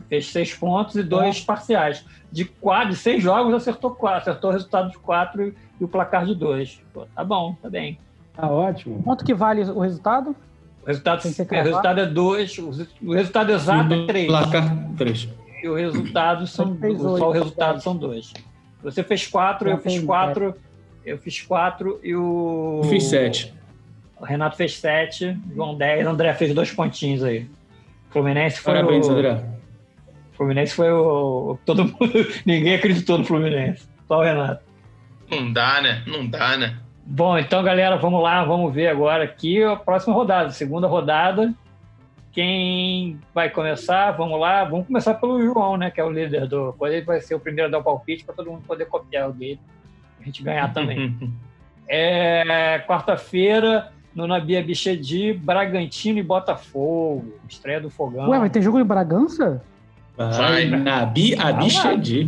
fez seis pontos e dois parciais. De quatro, de seis jogos, acertou quatro. Acertou o resultado de quatro e o placar de dois. Pô, tá bom, tá bem.
tá ótimo.
Quanto que vale o resultado?
O resultado,
Tem que
o
acabar.
resultado é dois, o res- o resultado exato é três.
placar três.
E o resultado são
Ele fez
só
oito,
o resultado
dez.
são dois. Você fez quatro,
Já né?
eu fiz
tem,
quatro, eu fiz quatro e o.
Eu fiz sete.
O Renato fez 7, João 10, André fez dois pontinhos aí. O Fluminense foi
Parabéns,
o...
André.
o Fluminense foi o... o- Todo mundo... Ninguém acreditou no Fluminense. Só o Renato.
Não dá, né? Não dá, né?
Bom, então, galera, vamos lá. Vamos ver agora aqui a próxima rodada. Segunda rodada. Quem vai começar? Vamos lá. Vamos começar pelo João, né? Que é o líder do... Ele vai ser o primeiro a dar o palpite para todo mundo poder copiar o dele. A gente ganhar também. É, quarta-feira, no Nabia Bichedi, Bragantino e Botafogo. Estreia do Fogão.
Ué, mas tem jogo em Bragança?
Vai,
Vai.
Nabi Abichedi.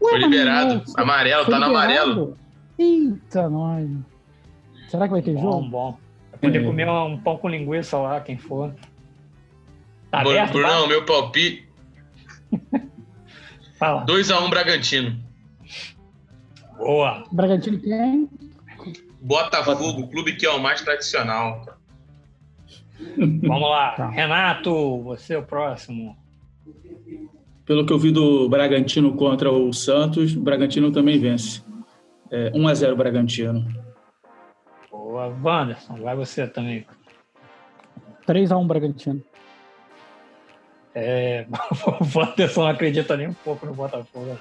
Ué,
Foi
mas
liberado.
não, é
Amarelo,
foi
tá no
liberado?
amarelo.
Eita, nós. Será que vai ter
Bom,
jogo?
bom. Vai Poder
É.
comer um pão com linguiça lá, quem for. Tá
Bru-
aberto?
Brunão, meu palpite.
Fala.
2x1 Bragantino.
Boa.
Bragantino quem?
Botafogo, o clube que é o mais tradicional.
Vamos lá.
Tá.
Renato, você é o próximo.
Pelo que eu vi do Bragantino contra o Santos, o Bragantino também vence. É, 1x0 Bragantino.
Boa. Wanderson, vai você também.
3x1 Bragantino.
É, o Wanderson não acredita nem um pouco no Botafogo.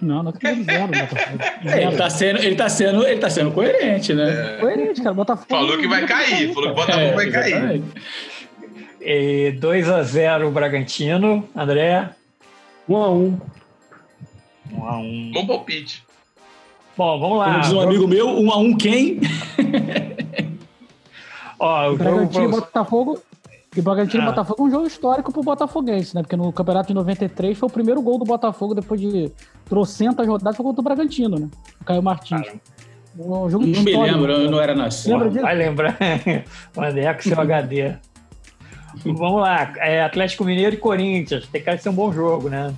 Não, não acredito zero, Botafogo.
Ele
Zero.
tá sendo, ele tá sendo, ele tá sendo coerente, né?
Coerente, cara. Botafogo.
Falou que vai cair, falou É. que o Botafogo vai cair.
É, exatamente.
E 2x0 Bragantino. André,
1 a 1
1x1.
Bom palpite.
Bom, vamos lá.
Ah,
Como diz um amigo meu, um a um quem?
Ó, o jogo
Bragantino e
pro-
Botafogo. E Bragantino e
Ah.
Botafogo é um jogo histórico pro Botafoguense, né? Porque no Campeonato de 93 foi o primeiro gol do Botafogo depois de trocentas rodadas foi contra o Bragantino, né? O Caio Martins.
Caramba.
Um jogo
Não me
histórico.
lembro, eu não era nascido.
Lembra disso?
Vai lembrar. o André com seu HD. Vamos lá. É, Atlético Mineiro e Corinthians. Tem cara de ser um bom jogo, né?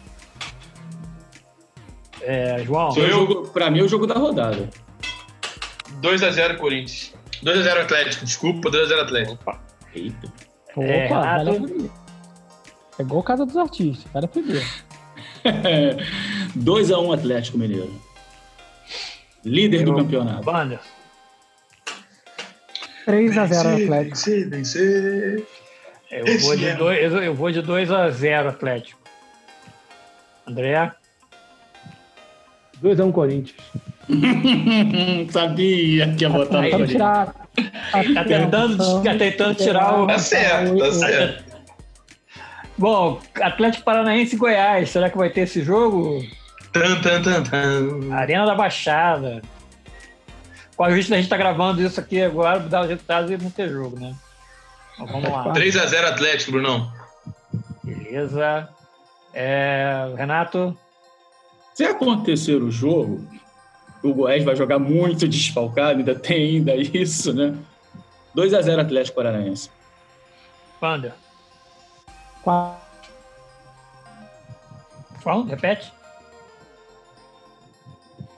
É, João,
Foi o jogo- Pra mim é o jogo da rodada.
2x0 Corinthians. 2x0 Atlético, desculpa, 2x0 Atlético.
Eita.
Pô,
É,
cara,
Renato.
vale a pena. É igual Casa dos Artistas, vale a pena.
2x1 Atlético Mineiro. Líder do
Eu-
campeonato.
Wander.
3x0 Atlético.
vencer, vencer.
Eu
Esse
vou, de
mesmo.
dois, eu vou de 2 a 0 Atlético. André,
2 a 1 Corinthians.
Hum, Sabia que ia botar
Aí, Rodrigo.
Tentando
no Corinthians.
tirar.
tá tentando, tá tentando tirar o.
Tá certo, tá certo.
Bom, Atlético Paranaense e Goiás. Será que vai ter esse jogo?
Tan, tan, tan, tan.
Arena da Baixada. Com a vista da gente tá gravando isso aqui agora, dar os resultados e não ter jogo, né? Então, vamos lá.
3x0 Atlético, Brunão.
Beleza. É, Renato,
Se acontecer o jogo, o Goiás vai jogar muito desfalcado, ainda tem ainda isso, né? 2x0 Atlético Paranaense.
Wander.
4
Fala, repete.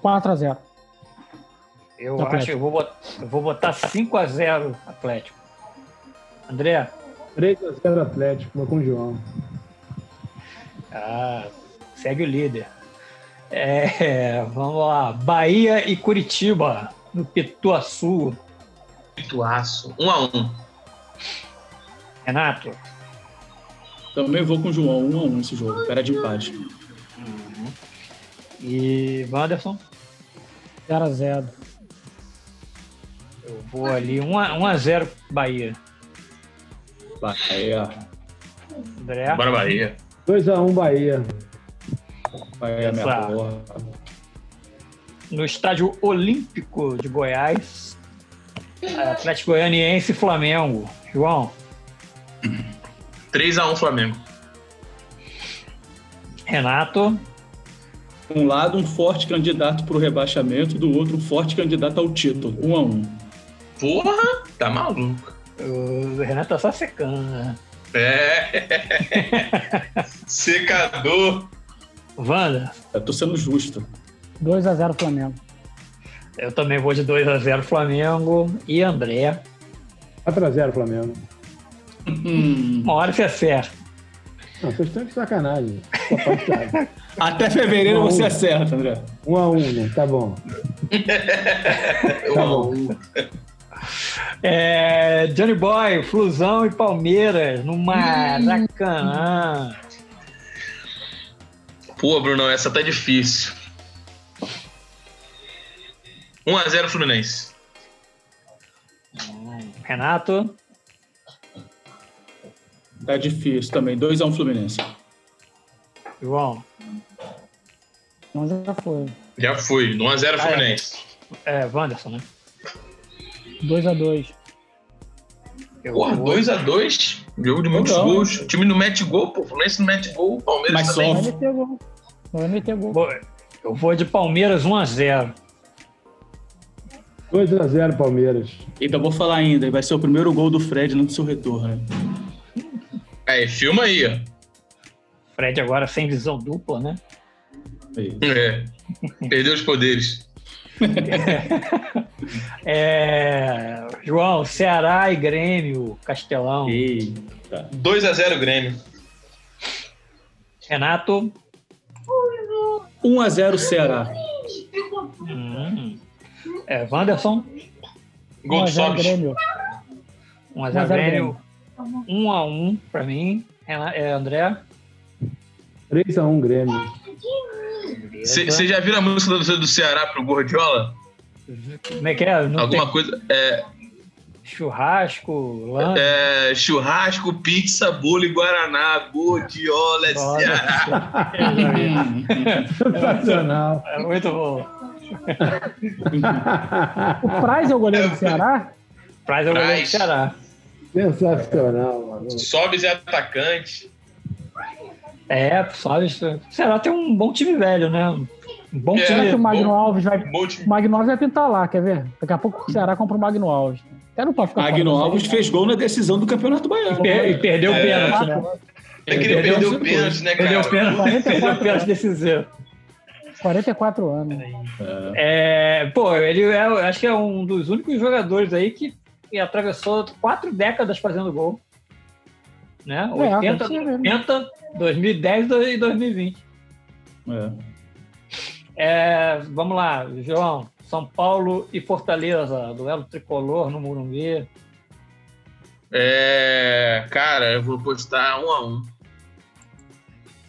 a 0
Eu
Atlético.
acho que eu vou botar, eu vou botar 5x0 Atlético. André?
3 a 0 Atlético, mas com o João.
Ah, segue o líder. É, vamos lá. Bahia e Curitiba, no Pituaçu.
Pituaço. 1x1.
Renato?
Também vou com o João, 1x1 esse jogo, cara de empate.
E Wanderson?
0x0.
Eu vou ali 1x0 Bahia.
Vai, aí, ó.
André?
Bora, Bahia.
2 a 1 Bahia.
Vai, a é minha
Essa-
porra.
No estádio Olímpico de Goiás, Atlético Goianiense e Flamengo. João,
3x1 Flamengo.
Renato,
Um lado, um forte candidato pro rebaixamento, do outro, um forte candidato ao título. 1x1.
Porra, tá maluco.
o Renato tá só secando. né?
É. Secador.
Wanda,
Eu tô sendo justo.
2x0 Flamengo.
eu também vou de 2 a 0 Flamengo e André.
4 a 0 Flamengo.
Hum,
Uma hora você acerta.
Não, vocês estão de sacanagem. Tá Só faz piada.
Até fevereiro
Um a um.
você acerta, André.
1 a 1, né? Tá bom. Tá bom.
É, Johnny Boy, Flusão e Palmeiras no Maracanã.
Pô, Bruno, essa tá difícil. 1x0 Fluminense.
Renato,
Tá difícil também. 2x1 Fluminense.
João,
Então já foi.
Já fui. 1x0 Fluminense.
é, Wanderson, né?
2x2.
Eu
Porra,
vou-
2x2. Jogo de muitos
Legal.
gols. O time não mete gol, pô. O Fluminense não mete gol. O Palmeiras tá-
Mas
também.
só-
Vai meter gol. Vai meter gol.
vou- Eu vou de Palmeiras 1x0.
2x0 Palmeiras.
Então vou falar ainda. Vai ser o primeiro gol do Fred no seu retorno. né?
Aí, É, filma aí, ó.
Fred agora sem visão dupla, né?
Aí.
É. Perdeu os poderes.
É, João, Ceará e Grêmio, Castelão.
Eita.
2x0 Grêmio.
Renato,
1x0 Ceará.
hum. é, Wanderson,
Gol
1x0
do Sobis.
é Grêmio.
1x0
1 a 0
Grêmio, 1x1 pra mim. Rena- é, André,
3x1 Grêmio.
Você já viu a música da torcida do Ceará pro Gordiola?
como é que é? Não
Alguma coisa. É,
tem churrasco, lanche.
é, churrasco, pizza, bolo e guaraná. Gordiola é
Olha
Ceará.
só.
Sensacional.
É muito bom.
O Praz é o goleiro do Ceará?
Praz é o goleiro do
Praz.
Ceará.
Sensacional, mano.
Sobis é atacante.
É, sabe? Ceará tem um bom time velho, né? Um bom
É.
Será que o
time.
Magno
bom.
Alves vai.
Multi...
O Magno Alves vai pintar lá, quer ver? Daqui a pouco o Ceará compra o Magno Alves. Até não pode ficar. né?
Magno Alves fez gol na decisão do Campeonato
E,
Baiano.
per- e perdeu o
É.
pênalti, né?
É que ele
Perdeu
perdeu o
os
pênalti, né,
Perdeu
cara?
o pênalti,
44
perdeu o pênalti decisivo.
44 anos.
É, pô, ele é, eu acho que é um dos únicos jogadores aí que, que atravessou quatro décadas fazendo gol. Né?
É,
80,
aconteceu mesmo.
80, 2010 e 2020.
É.
É, vamos lá, João. São Paulo e Fortaleza, duelo tricolor no Morumbi.
É. Cara, eu vou postar 1x1. Um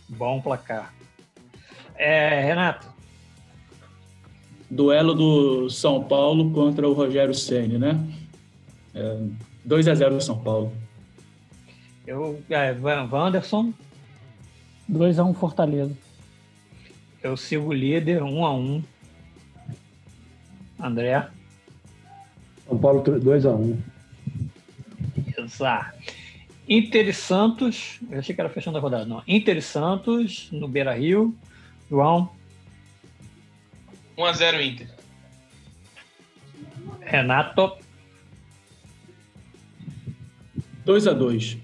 Bom placar. É, Renato,
Duelo do São Paulo contra o Rogério Ceni, né? É, 2x0 São Paulo.
eu, é, Van- Wanderson,
2x1 Fortaleza.
eu sigo o líder, um a um. André.
São Paulo 2x1.
Exato. Inter e Santos. Eu achei que era fechando a rodada, não. Inter e Santos, no Beira Rio. João,
1x0 Inter.
Renato,
2x2.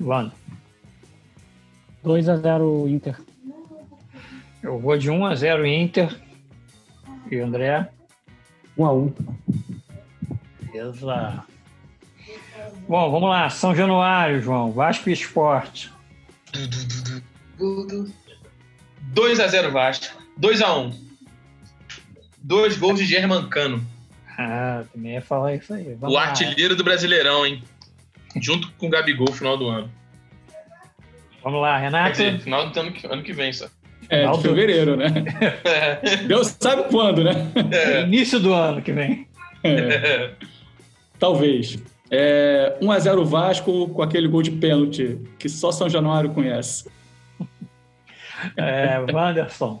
Wanda.
2x0 Inter.
Eu vou de 1 a 0 Inter. E André.
1x1.
Exato. Bom, vamos lá. São Januário, João. Vasco e Esporte.
2x0 Vasco. 2x1. Dois gols de Germancano.
Ah, também ia falar isso aí. Vamos
o
lá.
artilheiro do Brasileirão, hein? Junto com o Gabigol, final do ano.
Vamos lá,
Quer
Renato.
dizer, final do ano que, ano que vem, só.
É, de
Ronaldo.
fevereiro, né? Deus sabe quando, né?
Início do ano que vem.
É.
Talvez. É, 1x0 Vasco com aquele gol de pênalti que só São Januário conhece.
É, Wanderson.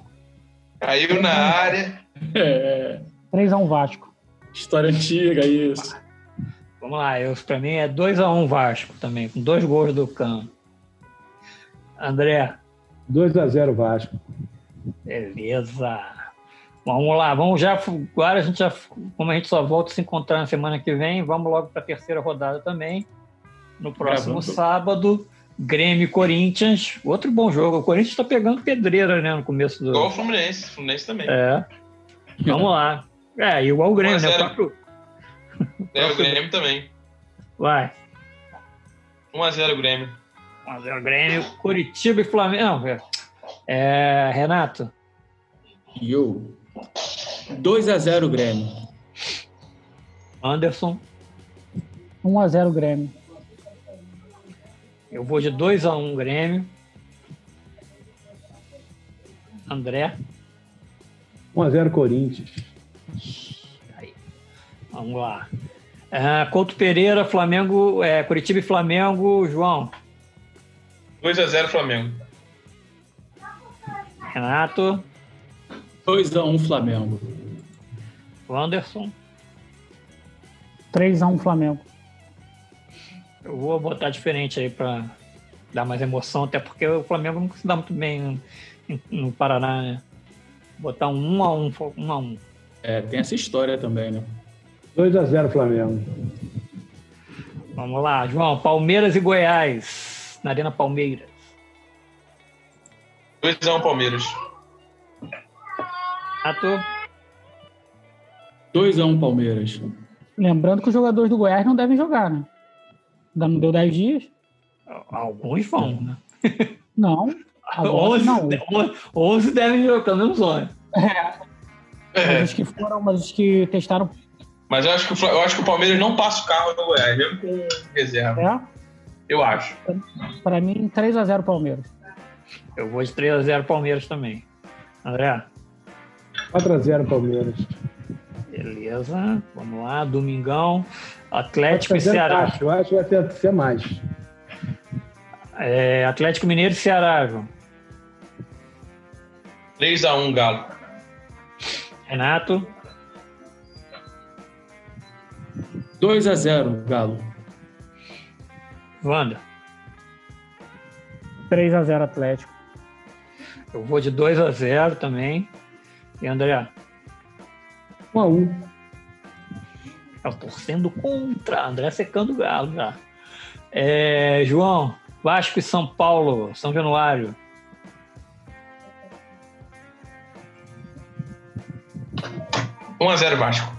Caiu na área.
É,
3x1 Vasco.
história antiga, isso.
Vamos lá, eu, pra mim é 2x1 Vasco também, com dois gols do Cano. André,
2x0 Vasco.
beleza. Vamos lá, vamos já. Agora a gente já. Como a gente só volta a se encontrar na semana que vem, vamos logo para a terceira rodada também. No próximo
Gravando.
sábado, Grêmio e Corinthians. Outro bom jogo. O Corinthians está pegando pedreira, né? No começo do.
Igual o Fluminense. Fluminense também. É,
É. Vamos lá. É, igual o Grêmio,
Um a
né? O
zero.
próprio-
Né, o Grêmio também.
Vai.
1x0 Grêmio.
1x0 Grêmio, Curitiba e Flamengo. Não, é- é, Renato.
E eu. 2x0 Grêmio.
Anderson,
1x0 Grêmio.
eu vou de 2x1 Grêmio. André,
1x0 Corinthians.
vamos lá. Ah, Couto Pereira, Flamengo, é, Curitiba e Flamengo, João,
2x0 Flamengo.
Renato,
2x1 Flamengo.
Anderson.
3x1 Flamengo.
Eu vou botar diferente aí pra dar mais emoção, até porque o Flamengo não se dá muito bem no, no Paraná, né? Botar um 1 a 1 um a um.
É, tem essa história também, né?
2x0 Flamengo.
Vamos lá, João. Palmeiras e Goiás, na Arena Palmeiras.
2x1 Palmeiras.
Renato,
2x1 Palmeiras.
Lembrando que os jogadores do Goiás não devem jogar, né? Ainda não deu 10 dias?
alguns vão, né?
Não. Agora,
11,
não. É,
11 devem jogar, pelo menos né? 11.
É.
Mas os que foram, mas os que testaram
Mas eu acho, que o, Fla- eu acho que o Palmeiras não passa o carro no Goiás, mesmo com reserva.
pé,
Eu acho.
é, pra mim, 3x0 Palmeiras.
Eu vou de 3 a 0 Palmeiras também. André,
4x0 Palmeiras.
beleza. Vamos lá, Domingão. Atlético e
4x0
Ceará.
Vasco. Eu acho que vai ter até mais.
É, Atlético Mineiro e Ceará, João.
3x1 Galo.
Renato,
2x0 Galo.
Wanda.
3x0 Atlético.
Eu vou de 2 a 0 também. E André,
1x1.
eu torcendo contra. André secando o galo já. É, João, Vasco e São Paulo, São Januário.
1x0 Vasco.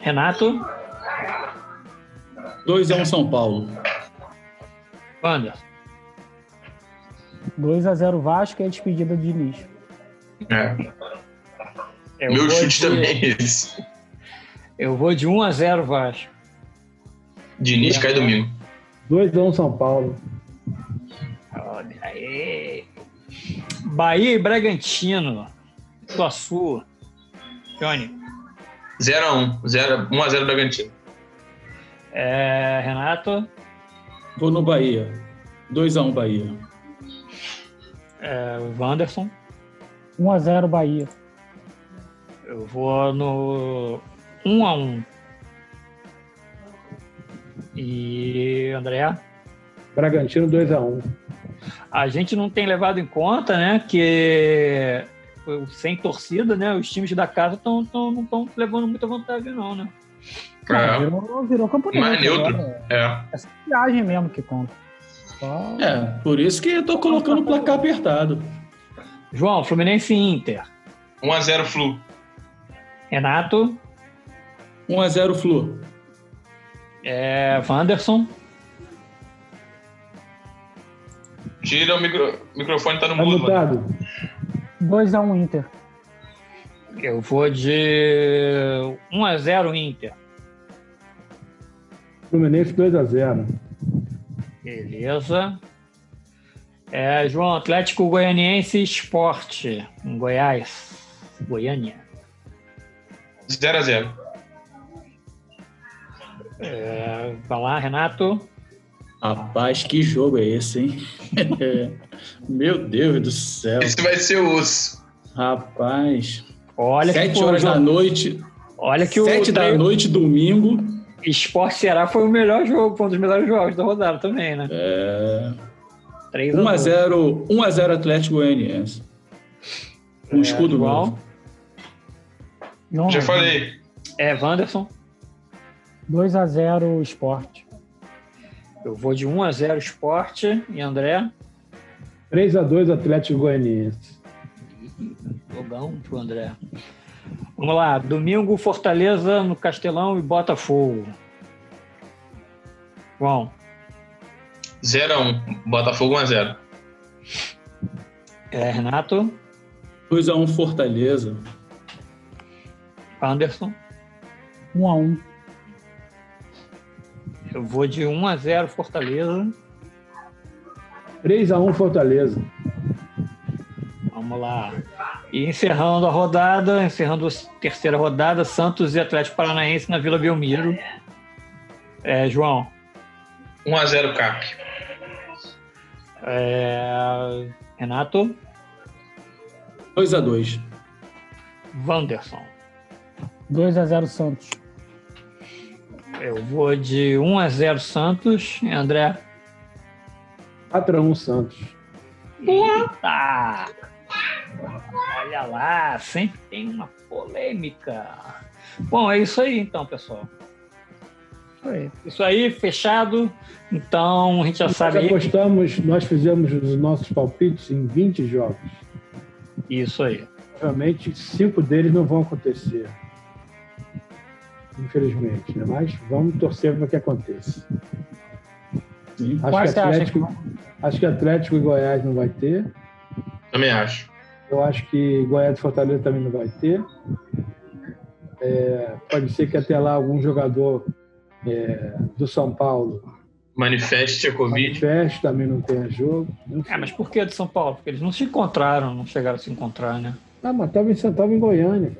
Renato,
2x1 São Paulo.
Wanda.
2x0 Vasco e a despedida de Diniz.
É.
Eu
Meu
vou
chute
um de,
também é esse.
Eu vou de 1 a 0 Vasco.
Diniz cai domingo.
2x1 São Paulo.
Olha aí. Bahia e Bragantino. Iguaçu. Johnny.
0x1. 1x0 Bragantino.
É, Renato,
Vou no Bahia. 2x1 Bahia.
é, Wanderson.
1x0 Bahia.
Eu vou no 1 a 1 E André,
Bragantino 2x1.
Tá a gente não tem levado em conta, né, que o- sem torcida, né, os times da casa tão, tão, não estão levando muita vantagem não, né?
Cara,
É.
virou, virou campo
Mas
neutro
neutro.
agora.
É.
É só viagem mesmo que conta. Só-
É, por isso que eu tô colocando o placar apertado.
João, Fluminense e Inter.
1x0 Flu.
Renato,
1x0 Flu.
é, Wanderson,
Tira o micro- microfone, tá no
Tá
mudo. mano.
mutado?
2x1 Inter.
eu vou de 1 a 0 Inter.
Fluminense 2x0.
Beleza. É, João, Atlético Goianiense e Esporte, em Goiás. Goiânia.
0x0.
É, vai lá, Renato.
Rapaz, que jogo é esse, hein? Meu Deus do céu.
Esse vai ser o osso.
Rapaz.
Olha que,
Sete
foi o
horas da
jogo-
noite.
olha que
Sete
o
da
tre-
noite, domingo.
Esporte Ceará foi o melhor jogo, foi um dos melhores jogos da rodada também, né?
É,
3 a 0.
1x0 1x0 Atlético Goianiense. Um escudo
É, igual.
novo.
João
Já
Rodrigues.
falei.
É, Wanderson.
2x0 Sport.
Eu vou de 1 a 0 Esporte e André.
3x2 Atlético Goianiense.
Jogão pro André. Vamos lá, domingo Fortaleza no Castelão e Botafogo. João,
0x1. Botafogo 1x0.
é, Renato,
2x1 Fortaleza.
Anderson,
1 a 1
Eu vou de 1 a 0 Fortaleza.
3x1 Fortaleza.
Vamos lá. E encerrando a rodada, encerrando a terceira rodada, Santos e Atlético Paranaense na Vila Belmiro. É, João,
1x0 Cap.
é, Renato,
2 a 2
Wanderson.
2 a 0 Santos.
Eu vou de 1 a 0 Santos. André.
4x1 Santos.
Tá. Olha lá, sempre tem uma polêmica. Bom, é isso aí então, pessoal.
Isso aí.
Isso aí, fechado. Então, a gente já
Nós
sabe aí.
apostamos, nós fizemos os nossos palpites em 20 jogos.
Isso aí.
Realmente, cinco deles não vão acontecer. Infelizmente, né? mas vamos torcer para que aconteça.
Sim.
Acho
Quais
que,
você acha
Atlético, acho que Atlético e Goiás não vai ter.
Também acho.
Eu acho que Goiás e Fortaleza também não vai ter. É, pode ser que até lá algum jogador é, do São Paulo
Manifeste a Covid.
manifeste, também não tenha jogo. Não sei.
É, mas por que de São Paulo? Porque eles não se encontraram, não chegaram a se encontrar, né?
Ah, mas estava em Santana em Goiânia.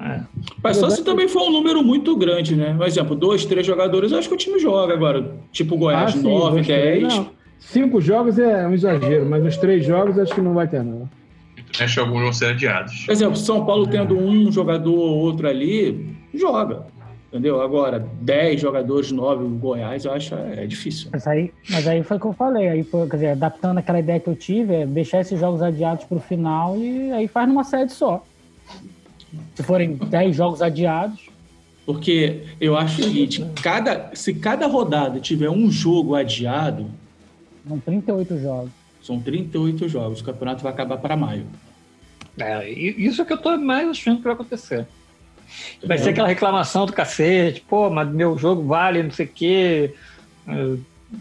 É.
Mas só se também for um número muito grande, né? Por exemplo, dois, três jogadores, eu acho que o time joga agora. Tipo
Ah,
Goiás,
sim,
nove,
dois, três,
dez.
não. Cinco jogos é um exagero, mas os três jogos acho que não vai ter, não.
Acho que alguns vão ser adiados.
Por exemplo, São Paulo tendo um jogador ou outro ali, joga. Entendeu? Agora, 10 jogadores, 9 Goiás, eu acho é difícil.
Mas aí, mas aí foi o que eu falei. Aí foi, quer dizer, adaptando aquela ideia que eu tive, é deixar esses jogos adiados para o final e aí faz numa sede só. Se forem 10 jogos adiados,
Porque eu acho o seguinte, cada, se cada rodada tiver um jogo adiado,
são 38 jogos.
são 38 jogos, o campeonato vai acabar para maio.
É, e isso é que eu tô mais achando que vai acontecer. Vai
entendeu?
ser aquela reclamação do cacete, pô, mas meu jogo vale não sei o quê, eh,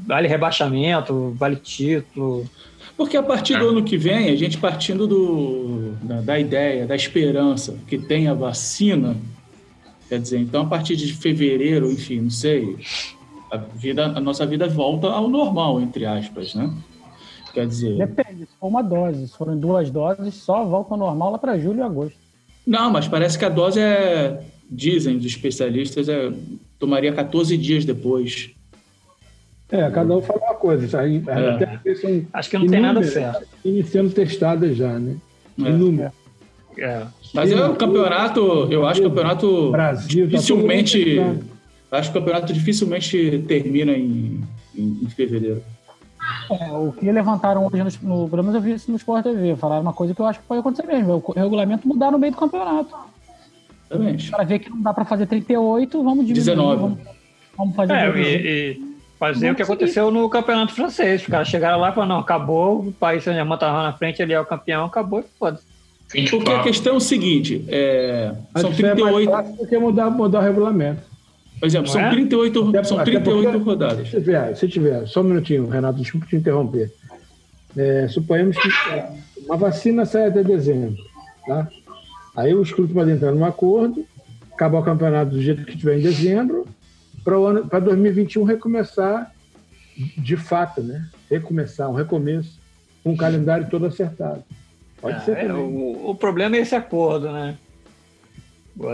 vale rebaixamento, vale título.
Porque a partir do
É.
ano que vem, a gente partindo do, da, da ideia, da esperança que tem a vacina, quer dizer, então a partir de fevereiro, enfim, não sei, a, vida, a nossa vida volta ao normal, entre aspas, né? Quer dizer,
Depende, se for uma dose, se forem duas doses, só volta ao normal lá para julho e agosto.
não, mas parece que a dose é, dizem os especialistas, é, tomaria 14 dias depois.
É, cada um fala uma coisa. Já,
É.
Até porque são
Acho que não tem nada
inúmeras,
certo.
e sendo testadas já, né?
né?
Inúmeras.
É.
Mas é o campeonato, eu acho que o campeonato
Brasil, tá todo mundo
dificilmente,
testando.
acho que o campeonato dificilmente termina em, em- em fevereiro.
É, o que levantaram hoje, nos- no, pelo menos eu vi isso no Sport TV, falaram uma coisa que eu acho que pode acontecer mesmo, é o co- regulamento mudar no meio do campeonato.
Exatamente.
Para ver que não dá para fazer 38, vamos dividir.
19.
Vamos, vamos fazer
É,
19.
e, e fazer o que
Vamos seguir.
aconteceu no campeonato francês. Os caras chegaram lá e falaram, não, acabou, o país Saint Germain tava na frente, ele é o campeão, acabou e foda.
Fim de
Porque a
papo.
questão é o seguinte, é,
Acho
são
que isso é mais
38,
fácil do que mudar, mudar o regulamento.
por exemplo,
Não
são
é?
38,
Até-
são
até
38
porque-
rodadas.
Se tiver, se tiver, só um minutinho, Renato, desculpa te interromper. É, suponhamos que é, uma vacina sai até dezembro, tá? Aí os clubes podem entrar num acordo, acabar o campeonato do jeito que tiver em dezembro, para 2021 recomeçar de fato, né? Recomeçar, um recomeço, com um calendário todo acertado. Pode
Ah,
ser
é,
também.
o, o problema é esse acordo, né?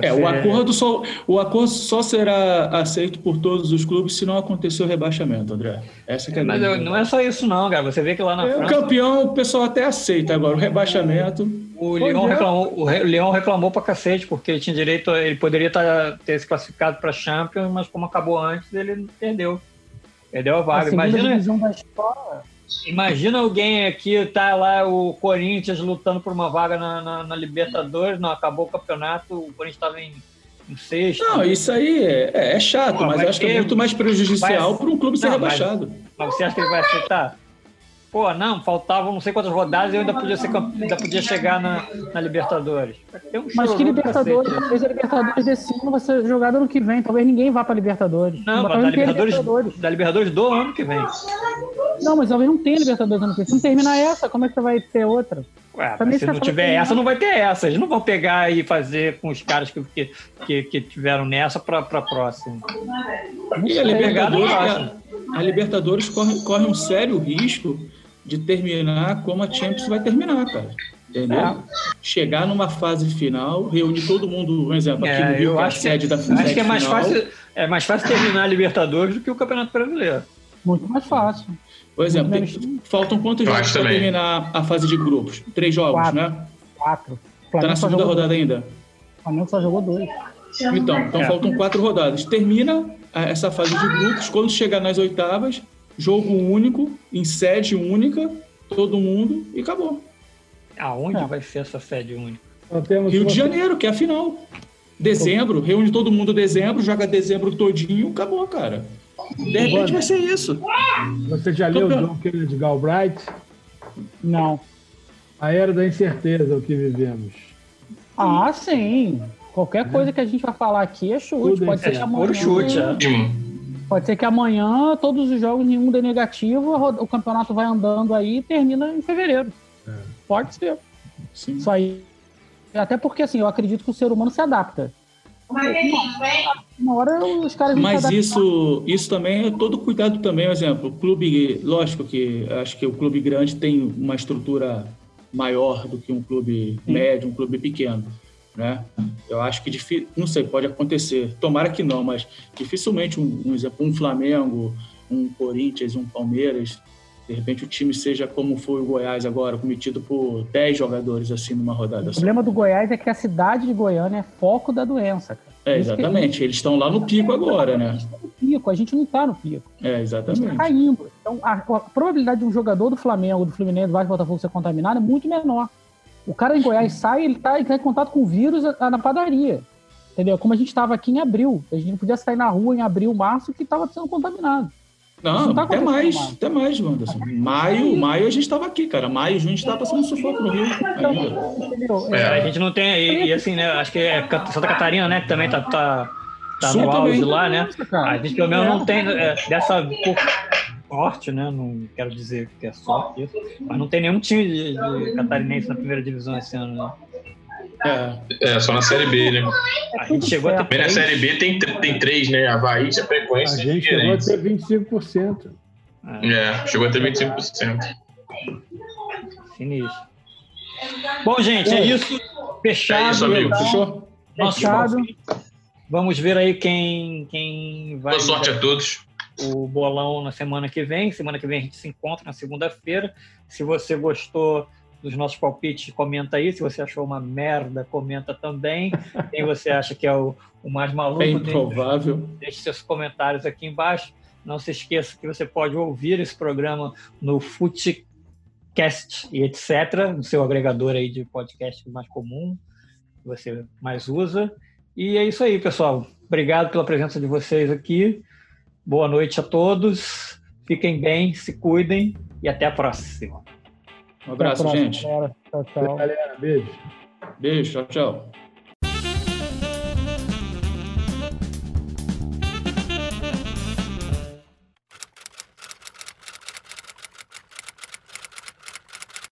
É,
Você-
o acordo só o acordo só será aceito por todos os clubes se não acontecer o rebaixamento, André. Essa que é a
Mas eu-
grande
não é só isso não, cara. Você vê que lá na
verdade. É, O
França
campeão o pessoal até aceita agora, o rebaixamento
o Leão
é.
reclamou, o Re- o Lyon reclamou pra cacete, porque ele tinha direito, a- ele poderia tá- ter se classificado pra Champions, mas como acabou antes, ele perdeu. Perdeu a
a
vaga.
segunda
Imagina,
divisão da escola
Imagina alguém aqui, tá lá o Corinthians lutando por uma vaga na, na- na Libertadores, não acabou o campeonato, o Corinthians estava em, em sexto.
Não, isso aí é, é- é chato,
Pô,
mas
vai
eu acho que
ter-
é muito mais prejudicial
vai-
para um clube ser
Não, mas-
rebaixado.
Mas você acha que ele vai aceitar? Pô, não, faltavam não sei quantas rodadas e eu ainda podia, ser campe- ainda podia chegar na, na Libertadores. Tem um
Mas
chororô do
que Libertadores,
cacete, né?
talvez a Libertadores desse ano vai ser jogada ano que vem, talvez ninguém vá pra Libertadores.
Não, mas
Talvez
da
tenha
Libertadores, da Libertadores do ano que vem.
Não, mas talvez não tenha Libertadores ano que vem. Se não terminar essa, como é que você vai ter outra?
Ué, mas
Também
se
você
não
fala
tiver
que não.
essa, não vai ter essa. Eles não vão pegar e fazer com os caras que, que, que, que tiveram nessa pra, pra próxima.
Não
E
É,
sei.
a Libertadores,
Obrigado,
a, a Libertadores corre, corre um sério risco de terminar como a Champions vai terminar, cara. Entendeu?
É.
Chegar numa fase final, reunir todo mundo, um exemplo, aqui no
É,
Rio,
eu
que é a
acho que-
sede da
Acho que é mais,
final.
fácil, é mais fácil terminar a Libertadores do que o Campeonato Brasileiro.
Muito mais fácil.
Por exemplo,
Muito
tem- faltam quantos
Eu
jogos
acho
para
também.
terminar a fase de grupos? Três jogos,
Quatro.
né?
Quatro. O
Tá
Flamengo
na
só
segunda
jogou-
rodada ainda.
o Flamengo só jogou dois.
Então, então
É.
faltam quatro rodadas. Termina a- essa fase de grupos, quando chegar nas oitavas, jogo único, em sede única, todo mundo e acabou.
Aonde
É.
vai ser essa sede única?
Nós Então, temos
Rio
uma-
de Janeiro, que é a final. Dezembro, reúne todo mundo em dezembro, joga dezembro todinho, acabou, cara. De repente vai ser isso.
Você já leu o
Tudo.
John Kennedy Galbraith?
Não.
A Era da Incerteza, o que vivemos.
Ah, sim. Qualquer coisa que a gente vai falar aqui é chute.
Tudo
Pode
é
ser,
certo.
que
Ouro
amanhã,
chute, né?
Ótimo.
pode ser que amanhã todos os jogos, nenhum dê negativo, a roda- o campeonato vai andando aí e termina em fevereiro.
É.
Pode ser.
Sim.
Isso aí. Até porque, assim, eu acredito que o ser humano se adapta. Uma hora os caras vão se
Mas
adaptar.
isso, isso também é todo cuidado também, por exemplo, o clube, lógico que acho que o clube grande tem uma estrutura maior do que um clube médio, um clube pequeno, né? Eu acho que difi- não sei, pode acontecer. Tomara que não, mas dificilmente um, um exemplo, um Flamengo, um Corinthians, um Palmeiras, de repente o time seja como foi o Goiás agora, cometido por 10 jogadores assim numa rodada
O
só.
problema do Goiás é que a cidade de Goiânia é foco da doença, cara.
É,
Isso que-
exatamente. Eles estão lá no pico agora, né?
No pico, a gente não tá no pico.
É,
A gente tá
exatamente.
caindo. Então, a, a probabilidade de um jogador do Flamengo, do Fluminense, do Vasco, do Botafogo ser contaminado é muito menor. O cara em Goiás sai, ele tá, ele tá em contato com o vírus a- a- na padaria. Entendeu? Como a gente estava aqui em abril. A gente não podia sair na rua em abril, março, que estava sendo contaminado. Isso
Não,
não tá
até
acontecendo
mais,
mais.
até mais, Wanderson. Maio, maio a gente estava aqui, cara. Maio, junho a gente estava passando sufoco no Rio
Então,
ainda.
entendeu?
Cara,
É.
a gente não tem. E, e assim, né? Acho que é Ca- Santa Catarina, né? Que também tá, tá, tá
Sim,
no auge
também.
lá, né?
Nossa,
A
é cara.
gente pelo menos
É.
não tem é, dessa por- sorte, né? Não quero dizer que é sorte isso, mas não tem nenhum time de, de catarinense na primeira divisão esse ano. Né?
É,
É, só na Série B, né?
A gente chegou a ter
Também na
três.
Série B tem, tr- tem três, né? Havaí,
A
Chapecoense e
gente chegou a
Figueirense.
ter 25%.
É,
É, chegou a ter 25%.
sinistro. Bom, gente, é isso. Fechado.
É isso, amigo.
fechou?
Nosso
Fechado.
bolão. Vamos ver aí quem, quem vai.
Boa sorte a todos.
o bolão na semana que vem. Semana que vem a gente se encontra na segunda-feira. Se você gostou dos nossos palpites, comenta aí. Se você achou uma merda, comenta também. Quem você acha que é o, o mais maluco,
Bem
deixe-
provável.
deixe seus comentários aqui embaixo. Não se esqueça que você pode ouvir esse programa no Footcast e etc., no seu agregador aí de podcast mais comum, que você mais usa. E é isso aí, pessoal. Obrigado pela presença de vocês aqui. Boa noite a todos. Fiquem bem, se cuidem e até a próxima.
Um
Até a
abraço,
próxima,
gente.
galera. Tchau, tchau.
Galera, beijo.
Beijo, tchau, tchau.